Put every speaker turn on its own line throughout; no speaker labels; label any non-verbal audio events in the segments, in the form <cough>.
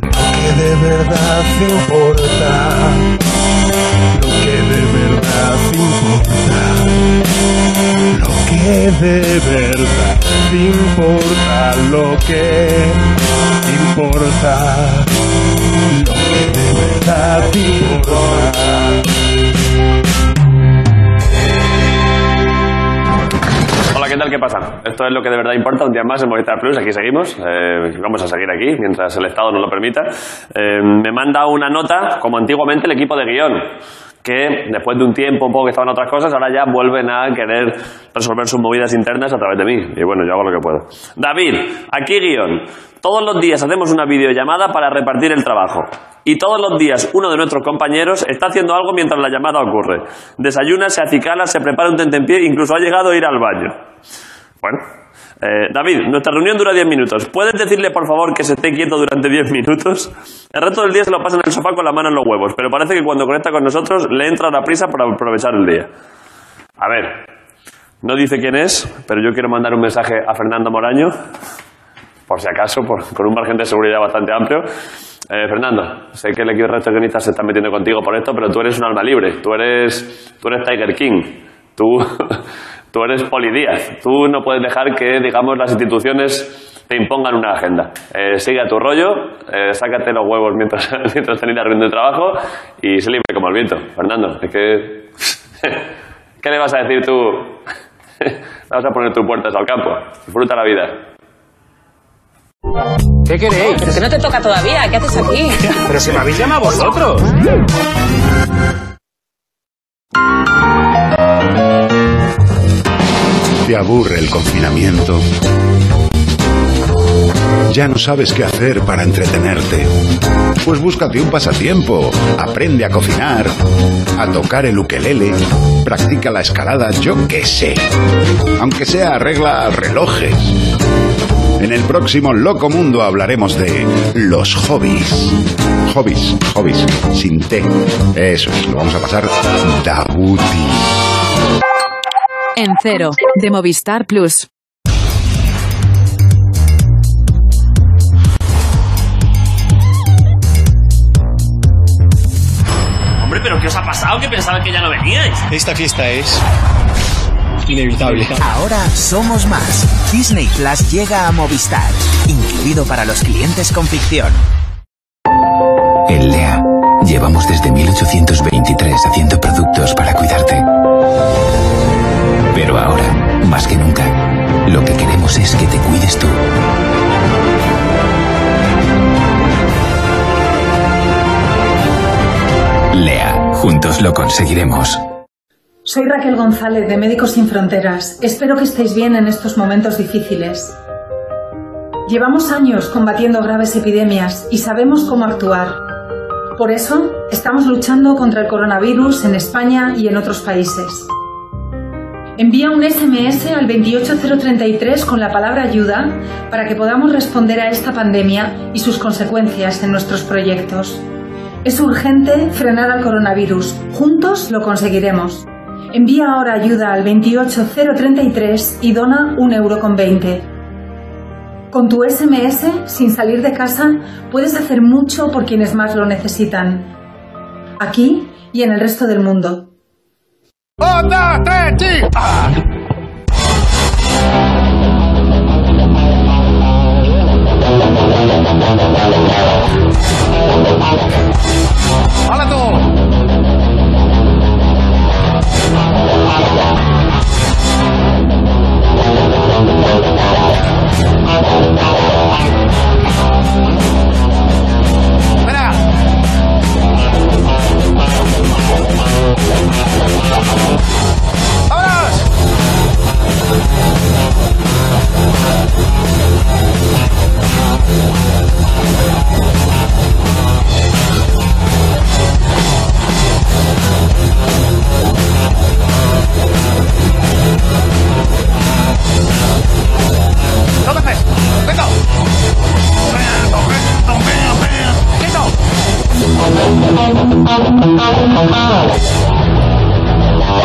que de verdad importa. Lo que de verdad importa. Lo que de verdad importa. Lo que importa. Lo que de verdad importa.
Hola, ¿qué tal? ¿Qué pasa? Esto es lo que de verdad importa. Un día más en Movistar Plus. Aquí seguimos. Eh, vamos a seguir aquí mientras el Estado nos lo permita. Eh, me manda una nota, como antiguamente el equipo de guión, que después de un tiempo, un poco que estaban otras cosas, ahora ya vuelven a querer resolver sus movidas internas a través de mí. Y bueno, yo hago lo que puedo. David, aquí guión. Todos los días hacemos una videollamada para repartir el trabajo. Y todos los días uno de nuestros compañeros está haciendo algo mientras la llamada ocurre. Desayuna, se acicala, se prepara un tentempié, incluso ha llegado a ir al baño. Bueno. Eh, David, nuestra reunión dura 10 minutos. ¿Puedes decirle, por favor, que se esté quieto durante 10 minutos? El resto del día se lo pasa en el sofá con la mano en los huevos, pero parece que cuando conecta con nosotros le entra la prisa para aprovechar el día. A ver, no dice quién es, pero yo quiero mandar un mensaje a Fernando Moraño, por si acaso, por- con un margen de seguridad bastante amplio. Eh, Fernando, sé que el equipo de resto de guionistas se está metiendo contigo por esto, pero tú eres un alma libre, tú eres, tú eres Tiger King, tú, <laughs> tú eres Polidíaz, tú no puedes dejar que, digamos, las instituciones te impongan una agenda. Eh, sigue a tu rollo, eh, sácate los huevos mientras, <laughs> mientras tenéis la reunión de trabajo y sé libre como el viento. Fernando, es que... <laughs> ¿Qué le vas a decir tú? <laughs> Le vas a poner tus puertas al campo. Disfruta la vida.
¿Qué queréis?
Pero que no te toca todavía, ¿qué haces aquí?
Pero si me habéis llamado vosotros.
¿Te aburre el confinamiento? ¿Ya no sabes qué hacer para entretenerte? Pues búscate un pasatiempo, aprende a cocinar, a tocar el ukelele, practica la escalada, yo qué sé. Aunque sea arregla relojes. En el próximo Loco Mundo hablaremos de los hobbies. Hobbies, hobbies, sin té. Eso es, lo vamos a pasar dabuti.
<laughs> En cero, de Movistar Plus.
Hombre, pero ¿qué os ha pasado? Que pensaba que ya no veníais.
Esta fiesta es inevitable.
Ahora somos más. Disney Plus llega a Movistar, incluido para los clientes con ficción.
En Lea, llevamos desde 1823 haciendo productos para cuidarte. Pero ahora, más que nunca, lo que queremos es que te cuides tú. Lea, juntos lo conseguiremos.
Soy Raquel González de Médicos Sin Fronteras. Espero que estéis bien en estos momentos difíciles. Llevamos años combatiendo graves epidemias y sabemos cómo actuar. Por eso, estamos luchando contra el coronavirus en España y en otros países. Envía un SMS al 28033 con la palabra ayuda para que podamos responder a esta pandemia y sus consecuencias en nuestros proyectos. Es urgente frenar al coronavirus. Juntos lo conseguiremos. Envía ahora ayuda al 28033 y dona un euro con 20. Con tu SMS, sin salir de casa, puedes hacer mucho por quienes más lo necesitan. Aquí y en el resto del mundo.
¡Hala tú!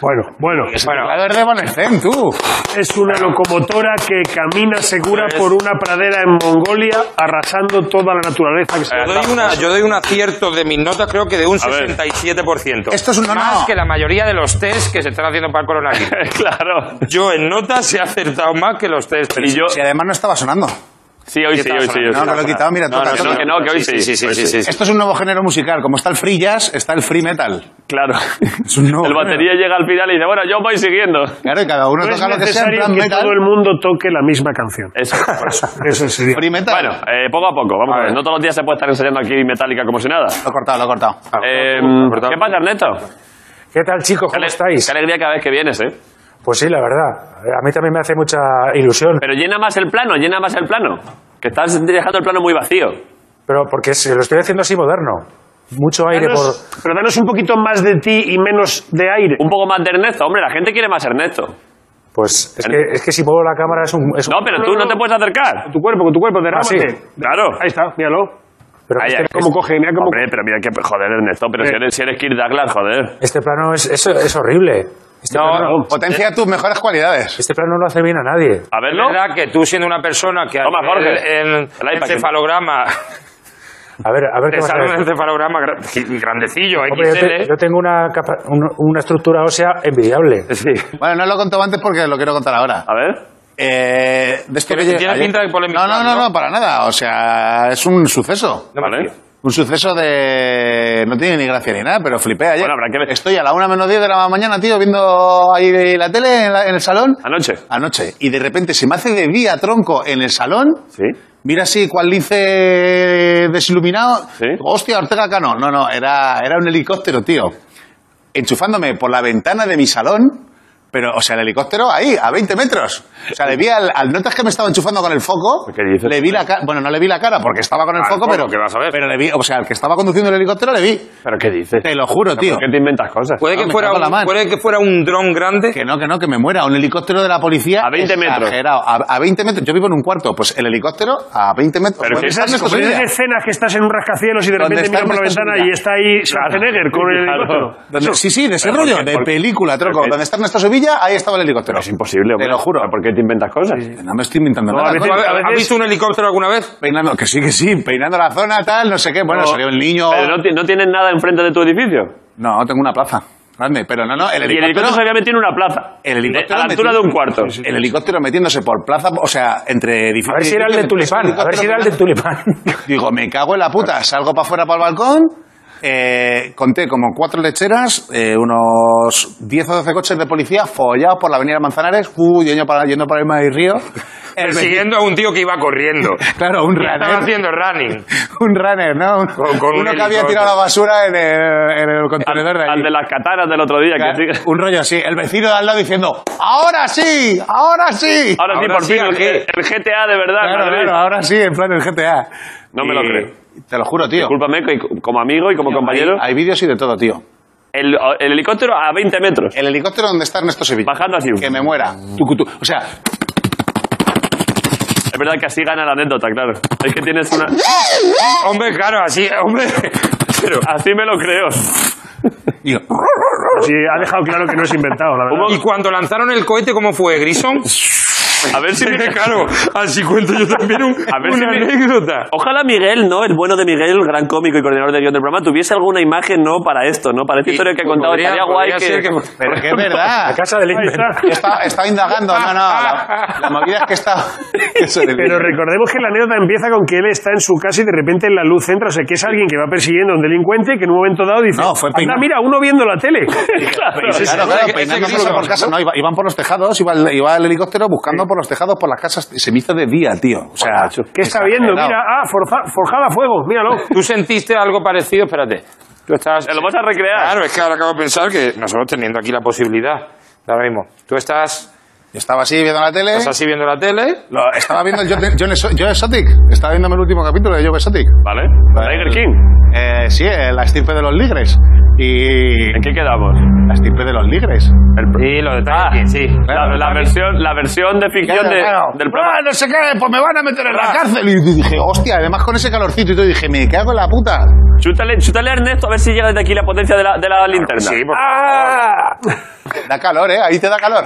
Bueno, bueno.
jugador de Monestén, tú.
Es una locomotora que camina segura
Es-
por una pradera en Mongolia, arrasando toda la naturaleza que se
Yo doy, una- yo doy un acierto de mis notas, creo que de un 67%.
Esto es un no,
Más
no.
que la mayoría de los test que se están haciendo para el coronavirus.
<laughs> claro.
Yo en notas he acertado más que los test.
Y yo.
Si además no estaba sonando.
Sí, hoy sí, hoy sí. hoy
No,
sí.
no lo he quitado, mira,
No,
toca,
no, que no,
toca.
que no, que hoy sí.
Sí, sí, sí,
hoy
sí, sí, sí.
Esto es un nuevo género musical. Como está el free jazz, está el free metal. <laughs>
Claro.
Es un nuevo
El
género.
batería llega al final y dice, bueno, yo voy siguiendo.
Claro, y cada uno
No es
toca lo que sea en
necesario
plan
que
metal.
todo el mundo toque la misma canción.
Eso.
<laughs>
Eso sería.
Free metal.
Bueno, eh, poco a poco, vamos a ver. No todos los días se puede estar enseñando aquí Metallica como si nada.
Lo he cortado, lo he cortado.
Eh,
cortado.
¿Qué pasa, Ernesto?
¿Qué tal, chicos?
Qué
¿Cómo
ale-
estáis?
Qué alegría cada vez que vienes, ¿eh?
Pues sí, la verdad. A mí también me hace mucha ilusión.
Pero llena más el plano, llena más el plano. Que estás dejando el plano muy vacío.
Pero porque es- lo estoy haciendo así moderno. Mucho aire por.
Danos- Pero danos un poquito más de ti y menos de aire.
Un poco más de Ernesto. Hombre, la gente quiere más Ernesto.
Pues es que, es que si muevo la cámara es un. es un-
No, pero tú no te puedes acercar.
Con tu cuerpo, con tu cuerpo,
Ah, sí.
derrámate.
Claro.
Ahí está, míralo.
Pero
Ay,
este,
ay,
cómo
es-
coge, mira cómo-
Hombre, pero mira que. Joder, Ernesto, pero si eres, si eres Kirk Douglas, joder.
este plano es, es, es horrible. Este, plano,
Potencia tus mejores cualidades.
este plano no hace bien a nadie.
A
Es
verlo.
verdad que tú siendo una persona que
Toma, Jorge,
en
el iPad.
encefalograma
A ver,
<laughs>
a ver qué
te
pasa.
sale un encefalograma gra- grandecillo,
Hombre, yo, te-
XL.
yo tengo una, capa- un- una estructura ósea envidiable.
Sí.
Bueno, no lo he contado antes porque lo quiero contar ahora.
A ver.
Eh, de esto que
Tiene-
lle-
tiene
ayer-
pinta de polémica,
No, no, no,
¿no?
no, para nada. O sea, es un suceso.
No me
vale.
fío.
Un suceso de... No tiene ni gracia ni nada, pero flipé ayer.
Bueno, habrá que ver.
Estoy a la una menos 10 de la mañana, tío, viendo ahí la tele en, la- en el salón.
Anoche.
Anoche. Y de repente se me hace de día tronco en el salón.
Sí.
Mira así, cual lice desiluminado.
Sí.
Digo, Hostia, Ortega Cano. No, no, era, era un helicóptero, tío. Enchufándome por la ventana de mi salón. Pero, o sea, el helicóptero ahí, a 20 metros. O sea, le vi al, al notas que me estaba enchufando con el foco.
¿Qué dices?
Le vi la cara. Bueno, no le vi la cara porque estaba con el
Al
foco,
foco,
pero.
¿qué vas a ver?
Pero le vi, o sea, al que estaba conduciendo el helicóptero le vi.
¿Pero qué dices?
Te lo juro, tío.
¿Por qué te inventas cosas?
Puede,
No,
que
me
fuera
cago en la
un,
mano.
puede que fuera un dron grande.
Que no, que no, que me muera. Un helicóptero de la policía.
A 20 metros.
exagerado. A, a 20 metros. Yo vivo en un cuarto. Pues el helicóptero a 20 metros.
Pero
Bueno,
que
Esas
¿sabes
como
qué
esas
idea?
escenas que estás en un rascacielos y de
¿Dónde
repente
está
miras por la
nuestra
ventana
seguridad?
y está ahí Schwarzenegger con el
Claro.
helicóptero.
¿Dónde- Sí, sí, de ese
Pero
rollo,
porque-
de
porque-
película, troco.
porque-
Donde está Ernesto Sevilla, ahí estaba el helicóptero.
Es imposible, hombre.
Te lo juro.
¿Pero ¿Por qué te inventas cosas?
No me estoy inventando
No,
nada.
a veces-
coño.
¿Has
a veces-
has visto un helicóptero alguna vez?
Peinando, que sí, que sí, peinando la zona, tal, no sé qué. Bueno,
No.
salió el niño.
Pero no, ti- no tienes nada enfrente de tu edificio.
No, tengo una plaza grande, pero no, no, el
Y el
helicóptero.
helicóptero se había metido en una plaza.
el helicóptero
De- a la
metido-
altura de un cuarto.
<laughs> El helicóptero metiéndose por plaza, o sea, entre
A
edificios.
ver si era el de Tulipán. A ver si era el de Tulipán.
Digo, me cago en la puta, salgo para afuera para el balcón. eh, conté como cuatro lecheras, eh, unos 10 o 12 coches de policía follados por la avenida Manzanares, uh, yendo para, yendo para el Madrid Río. El
<laughs> Persiguiendo a un tío que iba corriendo.
Claro, un
Estaba
runner.
haciendo running.
Un runner, ¿no? Un-
Con- con un
uno que había
helicóptero.
tirado la basura en el, en el
Al,
contenedor de
al
allí.
de las katanas del otro día. que
<laughs> Claro,
sí-
Un rollo así. El vecino de al lado diciendo, ¡Ahora sí! ¡Ahora
Ahora,
sí!
sí,
Ahora
por
sí,
fin,
¿a
el,
qué?
el GTA de verdad.
claro,
madre mía.
claro, ahora sí, en plan el GTA.
No me lo creo.
Te lo juro, tío.
Discúlpame, co- como amigo y como compañero.
Hay, hay vídeos y de todo, tío.
El, el helicóptero a 20 metros.
El helicóptero donde está Ernesto Sevilla.
Bajando así.
Eh, Que me muera. Tucu, tu. O sea,
Es verdad que así gana la anécdota, claro. Es que tienes una...
Hombre, claro, así, hombre. Pero-
Así me lo creo.
digo,
Sí, ha dejado claro que no es inventado, la verdad.
Y cuando lanzaron el cohete, ¿cómo fue, Grison?
A ver si me...
claro, así cuento yo también un-
A ver si
una
me-
anécdota.
Ojalá Miguel, ¿no? El bueno de Miguel, gran cómico y coordinador de guión del programa, tuviese alguna imagen, ¿no? Para esto, ¿no? Para esta
Y-
historia que ha
pues
contado.
podría-
Estaría guay
podría
que...
ser que-
pero que es
La
verdad. <laughs>
casa del
Ahí
invento.
está.
Estaba, estaba indagando. No, no. La, la movida es <laughs> que está. Eso de-
Pero recordemos que la anécdota empieza con que él está en su casa y de repente la luz entra. O sea, que es alguien que va persiguiendo a un delincuente que en un momento dado dice:
No, fue
"Anda,
peinado".
mira, uno viendo la tele.
Claro.
Sí, sí,
Claro,
sí.
claro,
ese-
peinándose
ese
por
gris,
casa. No, iba- iban por los tejados, iba el, iba el helicóptero buscando por los tejados, por las casas. Se me hizo de día, tío. O sea,
¿Qué está viendo? Mira, ah, forza- forjada a fuego, míralo.
¿Tú sentiste algo parecido? Espérate. Tú estás...
¿Lo vas a recrear?
Claro, es que ahora acabo de pensar que nosotros teniendo aquí la posibilidad, de ahora mismo, tú estás,
Yo estaba así viendo la tele.
estás así viendo la tele,
Lo- estaba viendo el John, John Exo- Joe Exotic. Estaba viéndome el último capítulo de Joe Exotic.
¿Vale? Tiger King.
Eh, sí, eh, la estirpe de los ligres. Y...
¿En qué quedamos? Ah,
La estirpe de los ligres.
Sí, lo de Tarkin, sí.
La, la versión, la versión de ficción
Claro,
de-
claro.
del
Ah,
programa.
no sé qué, pues me van a meter en la cárcel. Y dije, hostia, además con ese calorcito y todo, dije, me cago en la puta.
Chútale, chútale a Ernesto a ver si llega desde aquí la potencia de la, de la linterna. Ah.
Sí, por
Da calor, ¿eh? Ahí te da calor.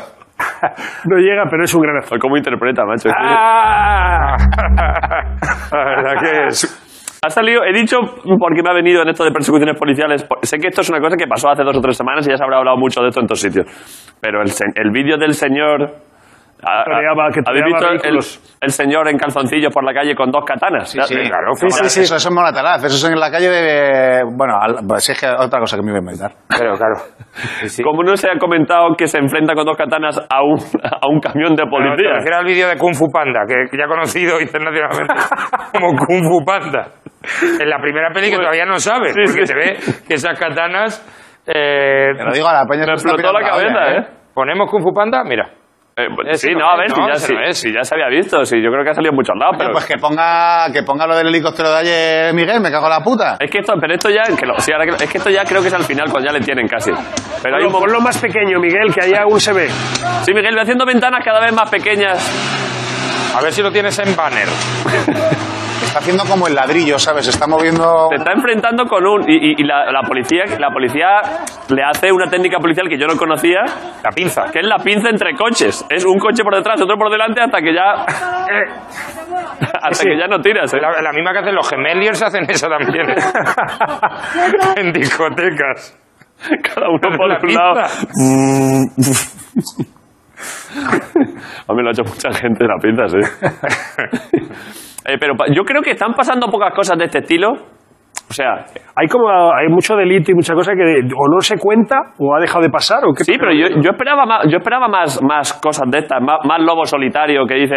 No llega, pero es un gran actor.
Soy como interpreta, macho.
Ah.
<laughs>
La verdad que es...
Ha salido, he dicho porque me ha venido en esto de persecuciones policiales. por- Sé que esto es una cosa que pasó hace dos o tres semanas y ya se habrá hablado mucho de esto en todos sitios. Pero el, se- el vídeo del señor. a- a-
Toreaba- que
¿Habéis
toreaba
visto el,
vehículos.
el señor en calzoncillos por la calle con dos katanas? Ya-
claro.
Sí, sí, sí.
Eso, eso es Moratalaz, eso es en la calle de... Bueno, al- pues es que otra cosa que me iba a inventar.
Pero claro. Sí, sí.
Como no se ha comentado que se enfrenta con dos katanas a un, a un camión de
Pero te
policía.
refiero al vídeo de Kung Fu Panda, que ya
<laughs>
conocido internacionalmente como Kung Fu Panda. En la primera peli
Pues,
que todavía no sabes,
Sí, sí.
porque se ve que esas katanas... eh,
Te lo digo a la peña.
Me
se está
explotó la
pirando olla,
cabeza, ¿eh?
¿Ponemos Kung Fu Panda? Mira.
Eh, bueno,
Ese
sí,
no
no, a
es,
ver, si,
no,
ya,
ese
sí-
no es.
si ya se había visto. Sí, yo creo que ha salido en muchos lados,
Oye,
pero.
Pues que ponga, que ponga lo del helicóptero de ayer, Miguel, me cago en la puta.
Es que esto, pero esto ya, que lo- sí, ahora que- es que esto ya creo que es al final cuando ya le tienen casi. Pero hay un
Ponlo,
momento-
ponlo más pequeño, Miguel, que ahí aún se ve.
Sí, Miguel, ve haciendo ventanas cada vez más pequeñas.
A ver si lo tienes en banner.
Está haciendo como el ladrillo, ¿sabes? Está moviendo...
Se está enfrentando con un y, y- y la, la policía, la policía le hace una técnica policial que yo no conocía,
La pinza.
que es la pinza entre coches. Es un coche por detrás, otro por delante, hasta que ya, <laughs> hasta que ya no tiras. ¿eh?
La, la misma que hacen los gemeliers <laughs> hacen
<laughs>
eso también. en discotecas.
<laughs> Cada uno por
la
un lado.
pinza.
<laughs> A mí lo ha hecho mucha gente la pinza, sí. Eh, pero pa- yo creo que están pasando pocas cosas de este estilo. O sea,
Hay como hay mucho delito y mucha cosa que de- o no se cuenta o ha dejado de pasar o qué.
Sí, pero yo, yo esperaba más, yo esperaba más, más cosas de estas, más, más lobo solitario que dice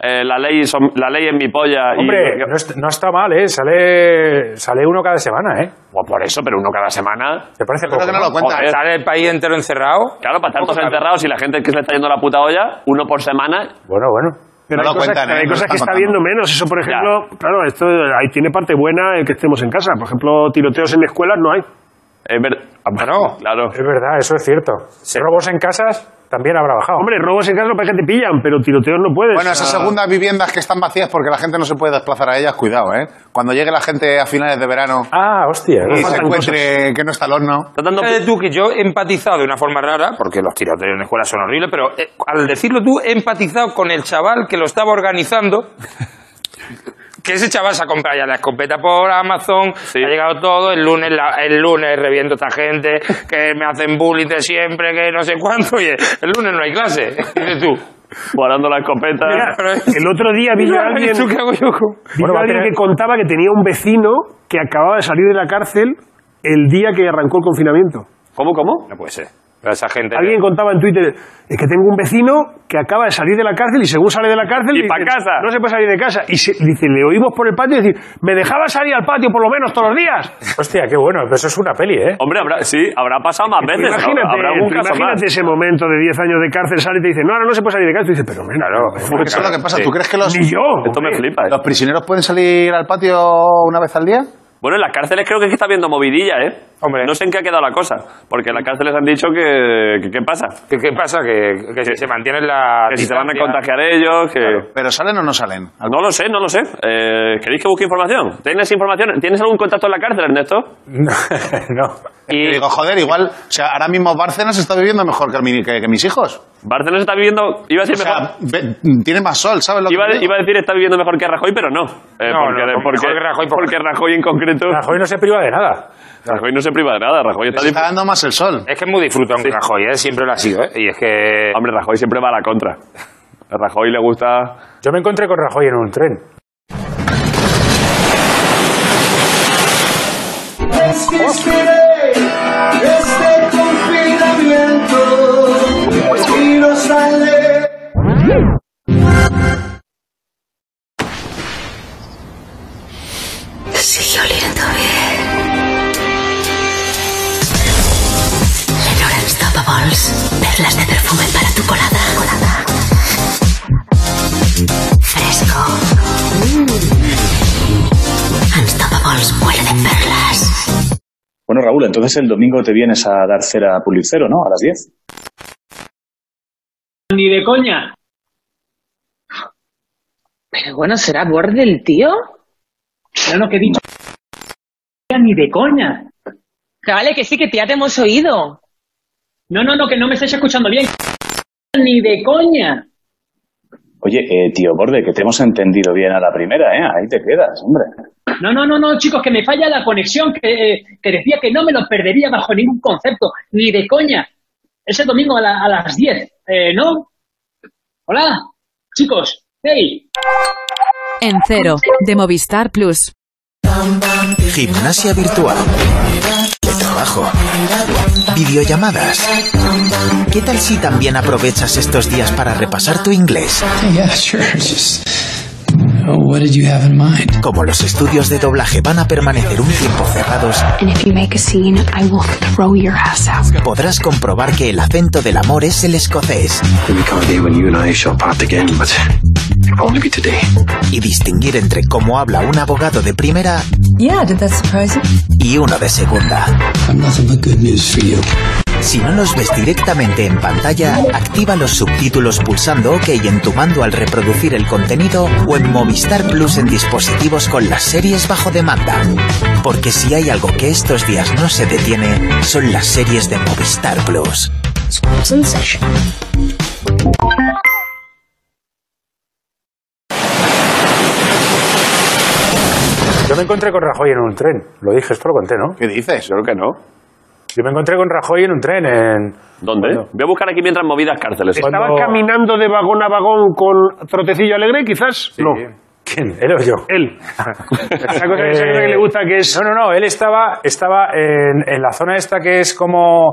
eh, la ley son- la ley es mi polla. y-
Hombre, no, est- no está mal, ¿eh? Sale, sale uno cada semana, ¿eh?
Bueno, pues, por eso, pero uno cada semana.
¿Te parece
Creo
poco?
que no lo cuenta.
Joder.
Sale el país entero encerrado.
Claro, para estar
Tampoco
todos
está bien.
encerrados y la gente que se le está yendo la puta olla, uno por semana.
Bueno, bueno.
Pero
No
hay
lo
cosas,
cuentan,
pero
¿eh?
hay
No
cosas
lo
que
están
está
contando.
viendo menos. Eso, por ejemplo, claro, esto ahí tiene parte buena el que estemos en casa. Por ejemplo, tiroteos en escuelas no hay.
Es ver- Ah,
Bueno.
claro.
Es verdad, eso es cierto. Robos en casas también habrá bajado.
Hombre, robos en casa lo que te pillan, pero tiroteos no puedes.
Bueno, esas segundas viviendas que están vacías porque la gente no se puede desplazar a ellas, cuidado, ¿eh? Cuando llegue la gente a finales de verano
Ah, hostia.
y se
faltan
encuentre que no está el horno,
Está dando-
Fíjate tú que yo he empatizado de una forma rara, porque los tiroteos en la escuela son horribles, pero eh, al decirlo tú, he empatizado con el chaval que lo estaba organizando. Que ese chaval se ha comprado ya la escopeta por Amazon, ha llegado todo, el lunes la- el lunes reviento a esta gente, que me hacen bullying de siempre, que no sé cuánto, oye, el lunes no hay clase, dices tú.
guardando la escopeta.
Mira,
pero-
el otro día vi yo a alguien,
¿Y tú qué hago yo con-
vi yo a alguien que contaba que tenía un vecino que acababa de salir de la cárcel el día que arrancó el confinamiento.
¿Cómo, cómo?
No puede ser. Pero esa gente...
Alguien contaba en Twitter, es que tengo un vecino que acaba de salir de la cárcel y según sale de la cárcel...
Y
dice,
pa' casa.
No se puede salir de casa. Y se- dice, le oímos por el patio decir, me dejaba salir al patio por lo menos todos los días.
Hostia, qué bueno. Pero eso es una peli, ¿eh?
Hombre, habrá, sí, habrá pasado más veces.
imagínate
habrá algún
tú
caso
imagínate
más.
ese momento de 10 años de cárcel, sale y te dice, no, ahora no se puede salir de casa. Y dices, pero mira, no,
porque eso es lo que pasa.
sí.
¿Tú crees que los,
ni yo.
Esto me
hombre".
flipa. eh.
los prisioneros pueden salir al patio una vez al día?
Bueno, en las cárceles creo que es que está viendo movidilla, ¿eh?
Hombre.
No sé en qué ha quedado la cosa, porque en las cárceles han dicho que, que- ¿qué pasa?
¿Qué, qué pasa? Que, que si se mantiene la...
Que si se van a
distancia- <laughs>
contagiar ellos, que...
¿Pero salen o no salen?
No lo sé, no lo sé. Eh, ¿Queréis que busque información? ¿Tienes información? ¿Tienes algún contacto en la cárcel, Ernesto?
No. no.
Y digo, joder, igual, o sea, ahora mismo Bárcenas está viviendo mejor que, mi- que- que mis hijos.
Barcelona está viviendo... Iba a
O
decir mejor...
sea, ve- tiene más sol, ¿sabes lo
Iba,
que digo?
iba a decir está viviendo mejor que Rajoy, pero no. Eh,
No,
porque,
no,
porque-
mejor que Rajoy, porque-
porque Rajoy en concreto...
Rajoy no se priva de nada.
Rajoy no se priva de nada, Rajoy está...
Les está
dif-
dando más el sol.
Es que es muy disfrutón Rajoy, ¿eh? siempre lo ha sido. ¿eh? Y es que...
Hombre, Rajoy siempre va a la contra. A Rajoy le gusta...
Yo me encontré con Rajoy en un tren.
Sigue oliendo bien. Lenore Unstoppables. Perlas de perfume para tu colada. Fresco. Unstoppables huele de perlas.
Bueno,
Raúl, entonces el domingo te vienes a dar cera a Pulicero, ¿no? A las 10.
Ni de coña.
Pero bueno, ¿será borde el tío?
Era lo que he dicho. Ni de coña.
Que vale, que sí, que ya te hemos oído.
No, no, no, que no me estáis escuchando bien. Ni de coña.
Oye, eh, tío Borde, que te hemos entendido bien a la primera, ¿eh? Ahí te quedas, hombre.
No, no, no, no, chicos, que me falla la conexión, que, eh, que decía que no me lo perdería bajo ningún concepto, ni de coña. Ese domingo a, la- a las 10, eh, ¿no? Hola, chicos, hey.
En cero, de Movistar Plus.
Gimnasia virtual. Teletrabajo. Videollamadas. ¿Qué tal si también aprovechas estos días para repasar tu inglés? Como los estudios de doblaje van a permanecer un tiempo cerrados,
And if you make a scene, I will throw your ass out.
podrás comprobar que el acento del amor es el escocés. Y distinguir entre cómo habla un abogado de primera
Yeah, did that surprise you?
y uno de segunda. Si no los ves directamente en pantalla, activa los subtítulos pulsando OK en tu mando al reproducir el contenido o en Movistar Plus en dispositivos con las series bajo demanda. Porque si hay algo que estos días no se detiene, son las series de Movistar Plus.
Yo me encontré con Rajoy en un tren. Lo dije, esto lo conté, ¿no?
¿Qué dices? Yo creo que no.
Yo me encontré con Rajoy en un tren en...
¿Dónde? Voy a buscar aquí mientras movidas cárceles.
Estaba
¿Estaba caminando de vagón a vagón con trotecillo alegre, quizás? No.
¿Quién? ¿Él o yo? <laughs>
Él. Esa cosa que siempre le gusta que es...
No, no, no. Él estaba, estaba en, en la zona esta que es como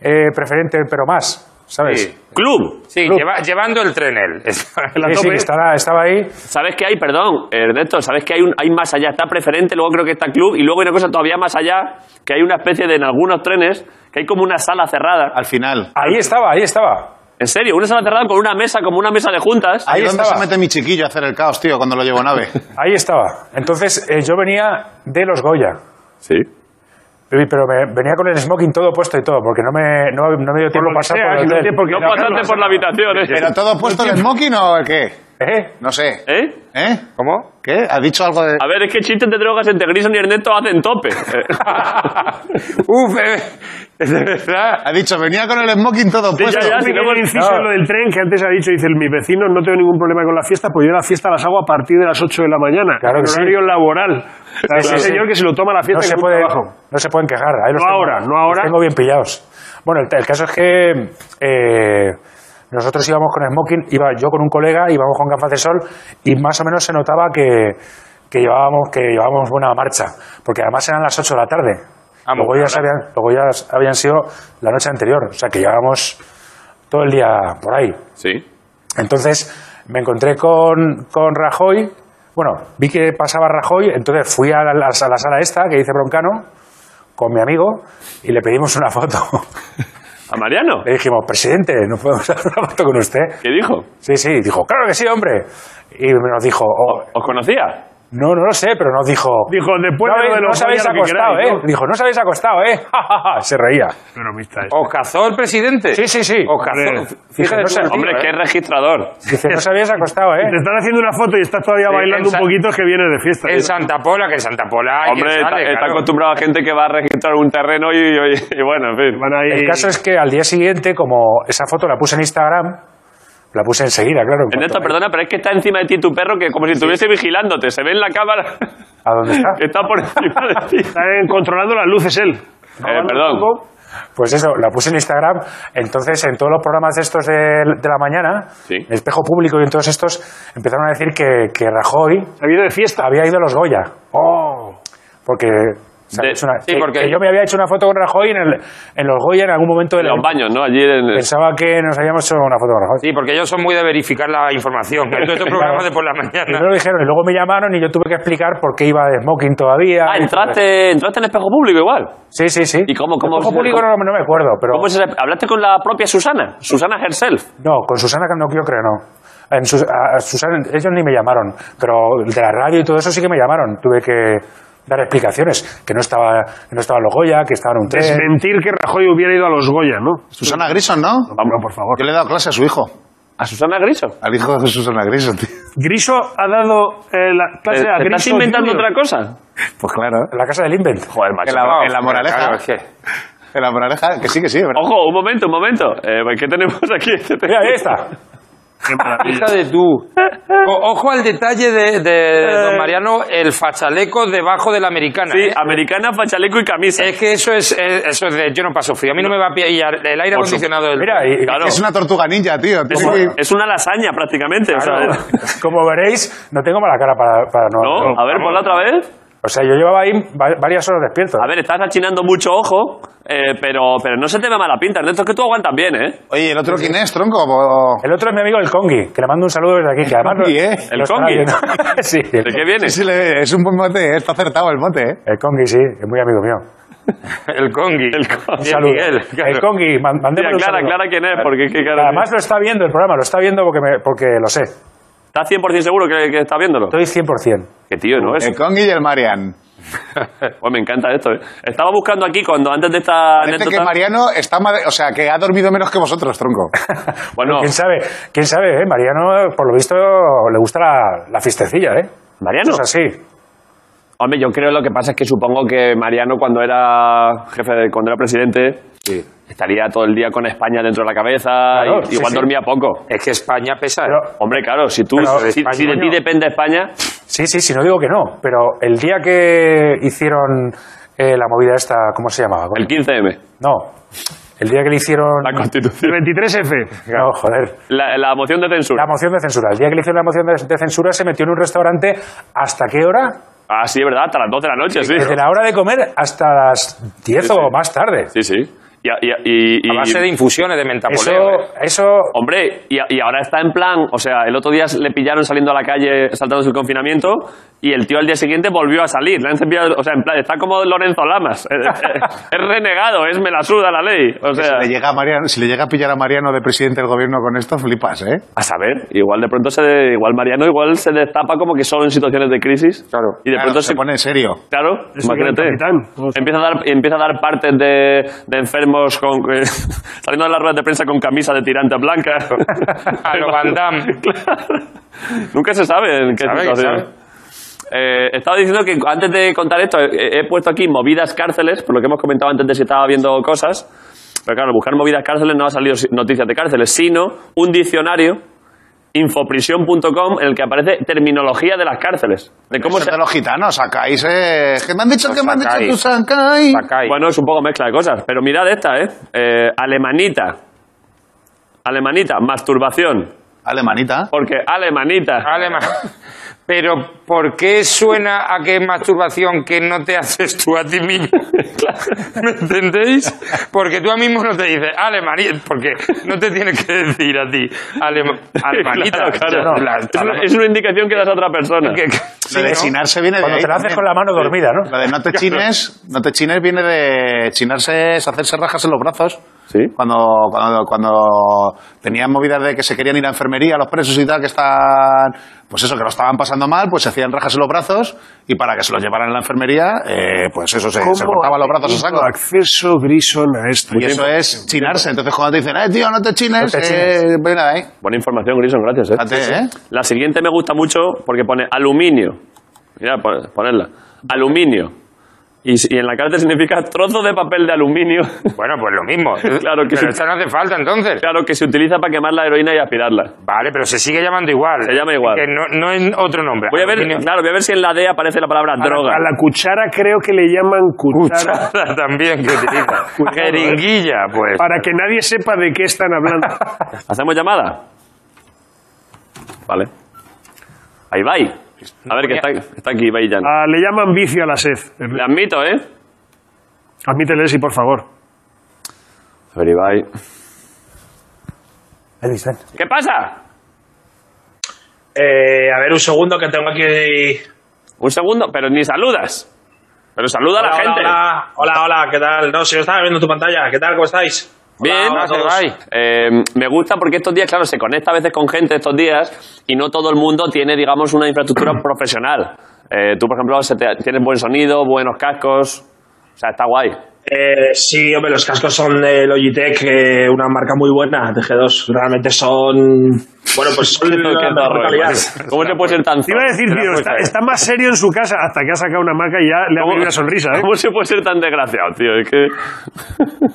eh, preferente, pero más. ¿Sabes?
¡Club!
Sí, lleva- llevando el tren él. <laughs>
Sí, sí, que estaba, estaba ahí.
¿Sabes qué hay? Perdón, Ernesto, ¿sabes qué hay, un, hay más allá? Está preferente, luego creo que está club, y luego hay una cosa todavía más allá, que hay una especie de, en algunos trenes, que hay como una sala cerrada.
Al final.
Ahí estaba, ahí estaba.
¿En serio? Una sala cerrada con una mesa, como una mesa de juntas.
Ahí
Ahí
¿Dónde
estaba.
se mete mi chiquillo a hacer el caos, tío, cuando lo llevo a nave?
Ahí estaba. Entonces eh, yo venía de los Goya.
Sí.
Uy, Pero me- venía con el smoking todo puesto y todo, porque no me, no, no me dio tiempo
lo que
pasar
sea,
por
que
el
no
hotel.
tiene por qué
No pasaste por la habitación, ¿eh?
¿Pero todo puesto el smoking o el qué?
¿Eh?
No sé.
¿Eh?
¿Eh?
¿Cómo?
¿Qué? ¿Has dicho algo de...?
A ver, es que chistes de drogas entre Grison y Ernesto hacen tope.
Uf, eh, de verdad.
Ha dicho, venía con el smoking todo
Pues
puesto.
ya, ya, sí.
Luego el inciso en lo del tren que antes ha dicho, dice, mis vecinos no tengo ningún problema con la fiesta, pues yo la fiesta las hago a partir de las 8 de la mañana,
Claro
en
que sí.
horario laboral. O sea, Ese
sí.
señor que se lo toma la fiesta
no
que
se,
es un
pueden,
trabajo.
no se pueden quejar. Ahí los
No
tengo-
ahora, no
los
ahora.
tengo bien pillados. Bueno, el, el caso es que eh, nosotros íbamos con smoking, iba yo con un colega, íbamos con gafas de sol y más o menos se notaba que, que llevábamos, que llevábamos buena marcha, porque además eran las 8 de la tarde.
Ah,
luego,
bueno,
ya se habían, luego ya s- habían sido la noche anterior, o sea que llevábamos todo el día por ahí.
sí.
Entonces me encontré con, con Rajoy. Bueno, vi que pasaba Rajoy, entonces fui a la, a la sala esta que dice Broncano con mi amigo y le pedimos una foto. <laughs>
¿A Mariano?
Le dijimos, presidente, ¿nos podemos hacer una foto con usted?
¿Qué dijo?
Sí, sí, dijo, claro que sí, hombre. Y nos dijo, "Oh,
¿Os conocía?
no, no lo sé, pero nos dijo...
Dijo, después
no,
de lo de
habéis- no
los
os habéis
Goya, lo que
acostado,
queráis,
¿eh? Dijo, no os habéis acostado, ¿eh? <laughs> Ja, ja, ja". Se reía.
Bromista es.
¿O cazó el presidente?
Sí, sí, sí.
O cazó.
Hombre,
Fíjate,
no sé,
tú,
Hombre,
tío,
qué
eh.
registrador.
Dice, no os habéis acostado, ¿eh?
Te están haciendo una foto y estás todavía
Sí,
bailando
en Sa-
un poquito, es que vienes de fiesta.
En Santa Pola, que en Santa Pola. hay
Hombre,
quien
está,
sale,
está
claro.
acostumbrado a gente que va a registrar un terreno y, y- y bueno, en fin.
Van ahí-
El caso es que al día siguiente, como esa foto la puse en Instagram, la puse enseguida, claro. en
Ernesto,
cuanto-
perdona, pero es que está encima de ti tu perro que como si estuviese vigilándote. Se ve en la cámara
¿A dónde está?
que está por encima de ti.
Están controlando las luces él.
Eh, perdón.
Pues eso, la puse en Instagram. Entonces, en todos los programas estos de, de la mañana,
Sí.
en Espejo Público y en todos estos, empezaron a decir que, que Rajoy
Ha habido de fiesta.
había ido a los Goya. ¡Oh! Porque... o sea,
De-
es una-
sí,
que-
porque-
que yo me había hecho una foto con Rajoy en, el- en los Goya en algún momento de
En los baños, ¿no? Allí en... Ah,
Pensaba que nos habíamos hecho una foto con Rajoy.
Sí, porque ellos son muy de verificar la
<laughs>
información. En todos estos programas de por la mañana.
Primero lo dijeron y luego me llamaron y yo tuve que explicar por qué iba de smoking todavía.
Ah, entraste, entraste en espejo público igual.
Sí, sí, sí.
¿Y cómo- cómo-
El ojo público no, no me acuerdo, pero...
¿Cómo se- ¿Hablaste con la propia Susana? Susana herself.
No, con Susana no, yo creo no. En Sus- a- a Susana, ellos ni me llamaron, pero el de la radio y todo eso sí que me llamaron. Tuve que... dar explicaciones, que no estaba, que no estaban los Goya, que estaban un tren.
Desmentir que Rajoy hubiera ido a los Goya, ¿no?
Susana Grison, ¿no?
Vamos, por favor.
Yo le he dado clase a su hijo.
¿A Susana Griso?
Al hijo de Susana Grison, tío.
Griso ha dado eh, la
¿Te,
clase a
te
Griso.
estás inventando
Junior.
otra cosa?
Pues claro.
En la casa del Invent.
Joder, macho.
En la, en la moraleja.
Claro, es que-
En la moraleja, que sí, que sí, ¿verdad?
Ojo, un momento, un momento. Eh, ¿Qué tenemos aquí? <laughs>
Mira, ahí está.
Qué maravilla.
Hija de tú. O- ojo al detalle de, de don Mariano, el fachaleco debajo de la americana.
Sí,
¿eh?
americana, fachaleco y camisa.
Es que eso es, eh, eso es de yo no paso frío. A mí no me va a pillar el aire
Por su-
acondicionado del.
Mira, y-
Claro.
Es una tortuga ninja, tío. Tú
Es,
muy-
es una lasaña prácticamente. o sea,
Claro. Como veréis, no tengo mala cara para, para no.
¿No? A ver, ponla otra vez.
O sea, yo llevaba ahí va- varias horas despierto.
A ver, estás achinando mucho ojo, eh, pero, pero no se te ve mala pinta. Ernesto, es que tú aguantas bien, ¿eh?
Oye, ¿el otro quién es, tronco? O-
El otro es mi amigo el Congi, que le mando un saludo desde aquí. Que además
Congi, ¿eh?
El
lo estará
Congi.
viendo. <laughs> sí,
¿De
el,
qué viene?
Sí, sí, le- es un buen mote, eh, está acertado el mote, ¿eh?
el Congi, sí, es muy amigo mío.
El Congi.
El
Un
co-
saludo.
Miguel, claro.
El Congi, man-
Mira,
mandémosle un
Clara,
saludo.
Clara, ¿quién es? Porque, es que, claro,
Además lo está viendo el programa, lo está viendo porque, me- porque lo sé.
¿Estás 100% seguro que, que está viéndolo? Pues
Estoy 100%.
Que tío, ¿no? Es,
El Congi y el Marian.
<laughs> Pues me encanta esto. ¿eh? Estaba buscando aquí cuando antes de esta
Parece que
anécdota...
Mariano está madre- o sea, que ha dormido menos que
<laughs>
vosotros, tronco.
Bueno,
¿Quién sabe? ¿Quién sabe? eh? Mariano, por lo visto, le gusta la, la fiestecilla, ¿eh?
¿Mariano?
Es así.
Hombre, yo creo lo que pasa es que supongo que Mariano cuando era jefe, de- cuando era presidente, estaría todo el día con España dentro de la cabeza,
Claro,
y-
sí,
igual
sí.
dormía poco.
Es que España pesa. ¿eh?
Pero-
Hombre, claro, si tú,
Pero
si,
España,
si de ti
coño.
depende España,
Sí, sí, sí, no digo que no, pero el día que hicieron eh, la movida esta, ¿cómo se llamaba?
el 15M,
No, el día que le hicieron...
la
El
Constitución,
23F.
No, joder.
la, la moción de
La
censura.
moción de censura. El día que le hicieron la moción de, de censura se metió en un restaurante hasta qué hora?
Ah, sí, es verdad, hasta las 2 de la noche, sí.
Desde la hora de comer hasta las 10
Sí, sí.
o más tarde.
Sí, sí. Y, a- y a- y- y-
A base de infusiones de
Eso,
mentapoleo. ¿eh?
eso...
Hombre, y, a- y ahora está en plan, o sea, el otro día le pillaron saliendo a la calle, saltándose el confinamiento, y el tío al día siguiente volvió a salir. Le han cepillado- o sea, en plan, está como Lorenzo Lamas. <laughs> Es, es- es renegado, es me la suda la ley. O
Si
sea,
le, llega a Mariano, si le llega a pillar a Mariano de presidente del gobierno con esto, flipas, ¿eh?
a saber, igual de pronto se, de- igual Mariano, igual se destapa como que solo en situaciones de crisis. Claro. Y de
Claro,
pronto
se pone en serio.
Claro,
Es un gran
imagínate. Pues-
capitán.
Empieza a dar, empieza a dar partes de, de enfermos con, eh, <laughs> saliendo de las ruedas de prensa con camisa de tirante
<laughs>
blanca.
A lo Van Damme.
<laughs> Claro. Nunca se sabe en qué
Sabe,
situación.
sabe.
Eh, estaba diciendo que antes de contar esto, eh, he puesto aquí movidas cárceles, por lo que hemos comentado antes de si estaba viendo cosas. Pero claro, buscar movidas cárceles no ha salido si- noticias de cárceles, sino un diccionario, infoprisión.com, en el que aparece terminología de las cárceles. De cómo
¿Cómo
se,
de los gitanos? Sacáis, ¿eh? Que me han dicho que me han dicho
sacáis.
tú sacáis.
Sakai.
Bueno, es un poco mezcla de cosas, pero mirad esta, ¿eh? Eh, Alemanita. Alemanita, masturbación.
Alemanita.
Porque alemanita.
Alemán. Pero, ¿por qué suena a que es masturbación que no te haces tú a ti mismo? ¿Me entendéis? Porque tú a mismo no te dices alemanita, porque no te tienes que decir a ti alema- alemanita.
<laughs> Claro, claro.
Ya, la-
Es una- es una indicación que das a otra persona.
que-
Pues
Lo de
¿no?
chinarse viene
Cuando
de. ahí
te la haces
también.
con la mano dormida, ¿no?
Lo de
<laughs>
no te chines, no te chines viene de chinarse, es hacerse rajas en los brazos.
Sí.
Cuando, cuando, cuando tenían movidas de que se querían ir a enfermería los presos y tal, que están, pues eso, que lo estaban pasando mal, pues se hacían rajas en los brazos y para que se los llevaran a la enfermería, eh, pues eso, se, se cortaban los brazos a saco.
Acceso Grison a esto.
Y
Pues
eso es chinarse. Entonces cuando te dicen, eh, tío, no te chines,
No te chines.
eh, pues nada, eh.
Buena información, Grison, gracias. ¿eh?
Fíjate, ¿eh?
La siguiente me gusta mucho porque pone aluminio. Mira, pon- ponerla. Aluminio. Y, si- y en la carta significa trozo de papel de aluminio.
Bueno, pues lo mismo.
<laughs> Claro que
pero
sí.
esta no hace falta entonces.
claro que se utiliza para quemar la heroína y aspirarla.
Vale, pero se sigue llamando igual.
Se llama igual.
Que no, no es otro nombre. <laughs>
Voy a ver,
Aluminio-
claro, voy a ver si en la D aparece la palabra droga.
A la cuchara creo que le llaman cuchara.
Cuchara también que
<laughs>
utiliza.
¿eh?
Jeringuilla, pues.
Para que nadie sepa de qué están hablando.
¿Hacemos llamada? Vale. Ahí va. A ver, que está, está aquí Ibai ya.
Ah, le llaman vicio a la sed.
Le admito, ¿eh?
Admítele, sí, por favor.
A ver, Ibai.
Ahí está.
¿Qué pasa?
Eh, a ver, un segundo que tengo aquí.
Un segundo, pero ni saludas. Pero saluda a la gente.
Hola, hola, hola, ¿qué tal? No, si yo estaba viendo tu pantalla, ¿qué tal? ¿Cómo estáis?
Bien,
hola a
todos.
todos.
Eh, me gusta porque estos días, claro, se conecta a veces con gente estos días y no todo el mundo tiene, digamos, una <clears throat> infraestructura profesional. Eh, tú, por ejemplo, se te- tienes buen sonido, buenos cascos. O sea, está guay.
Eh, sí, hombre, los cascos son de Logitech, eh, una marca muy buena de G2. Realmente son. Bueno,
<laughs>
pues son de
Qué
la mejor
zorro,
calidad.
hermano. ¿Cómo se puede ser tan
Te iba a decir, tío, está, está más serio en su casa hasta que ha sacado una marca y ya le ha venido una sonrisa, ¿eh?
¿Cómo se puede ser tan desgraciado, tío? Es que...
<laughs>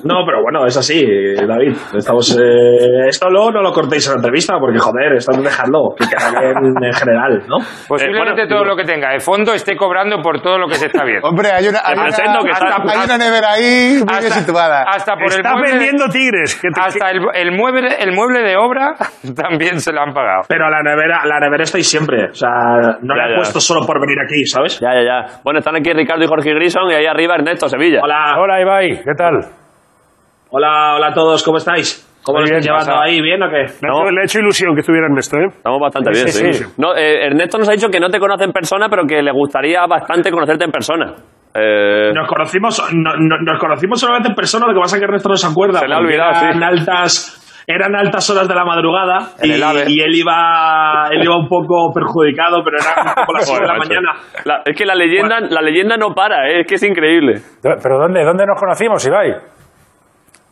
No, pero bueno, es así, David. Estamos, eh, esto luego no lo cortéis en la entrevista porque, joder, estamos dejando que quede en, en general, ¿no?
Pues
Eh,
Posiblemente Pues todo lo que tenga de fondo esté cobrando por todo lo que se está viendo.
Hombre, hay una, hay una,
presento que está-
hasta- hay una nevera ahí muy bien situada.
Hasta por
Está
el mueble,
vendiendo tigres. que te-
Hasta el, el mueble, el mueble de obra <laughs> también se lo han pagado.
Pero la nevera, la nevera estáis siempre. O sea, no
Ya,
la he
ya.
puesto solo por venir aquí, ¿sabes?
Ya, ya, ya. Bueno, están aquí Ricardo y Jorge Grison y ahí arriba Ernesto Sevilla.
Hola.
Hola, Ibai, ¿qué tal?
Hola, hola a todos, ¿cómo estáis? ¿Cómo
Muy
lo estáis
bien,
llevando
pasa.
ahí? ¿Bien o qué?
Le ha hecho- Le ha hecho ilusión que estuviera Ernesto, ¿eh?
Estamos bastante
Sí, sí,
bien, sí.
sí.
No, eh, Ernesto nos ha dicho que no te conoce en persona, pero que le gustaría bastante conocerte en persona. Eh,
Nos conocimos, no- no- nos conocimos solamente en persona, lo que pasa es que Ernesto no se acuerda.
Se le ha
porque
olvidado,
eran
sí.
altas, eran altas horas de la madrugada
En
y,
el AVE.
y él iba él iba un poco perjudicado, pero era como las 6 de la
<laughs> Joder, macho.
mañana.
La- es que la leyenda, la leyenda no para, eh, es que es increíble.
Do- ¿Pero dónde, dónde nos conocimos, Ibai?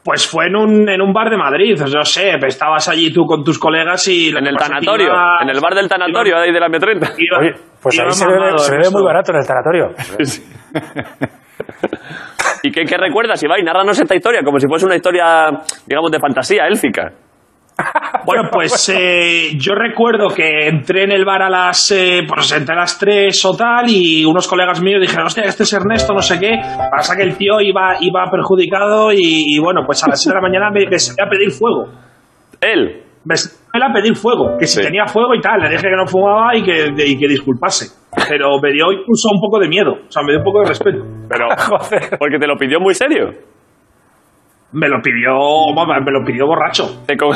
Pues fue en un, en un bar de Madrid, o sea, no sé, estabas allí tú con tus colegas y... lo
En
que
el
pasa es que
tanatorio,
ibas-
en el bar del tanatorio
ibas-
ahí de la M30.
ibas-
Oye, pues ahí
ibas
se bebe,
mamado,
se bebe
Ernesto.
muy barato en el tanatorio.
¿Y qué, qué recuerdas, Ibai? Narranos esta historia como si fuese una historia, digamos, de fantasía élfica.
Bueno, pues eh, yo recuerdo que entré en el bar a las, eh, pues, entre las 3 o tal y unos colegas míos dijeron, hostia, este es Ernesto, no sé qué. Pasa que el tío iba, iba perjudicado y, y, bueno, pues a las 6 de la mañana me, me salió a pedir fuego.
Él.
Me salió a pedir fuego, que si tenía fuego y tal. Le dije que no fumaba y que, y que disculpase. Pero me dio incluso un poco de miedo, o sea, me dio un poco de respeto. <laughs>
Pero, porque te lo pidió muy serio.
Me lo pidió, vamos, me lo pidió borracho.
Te co-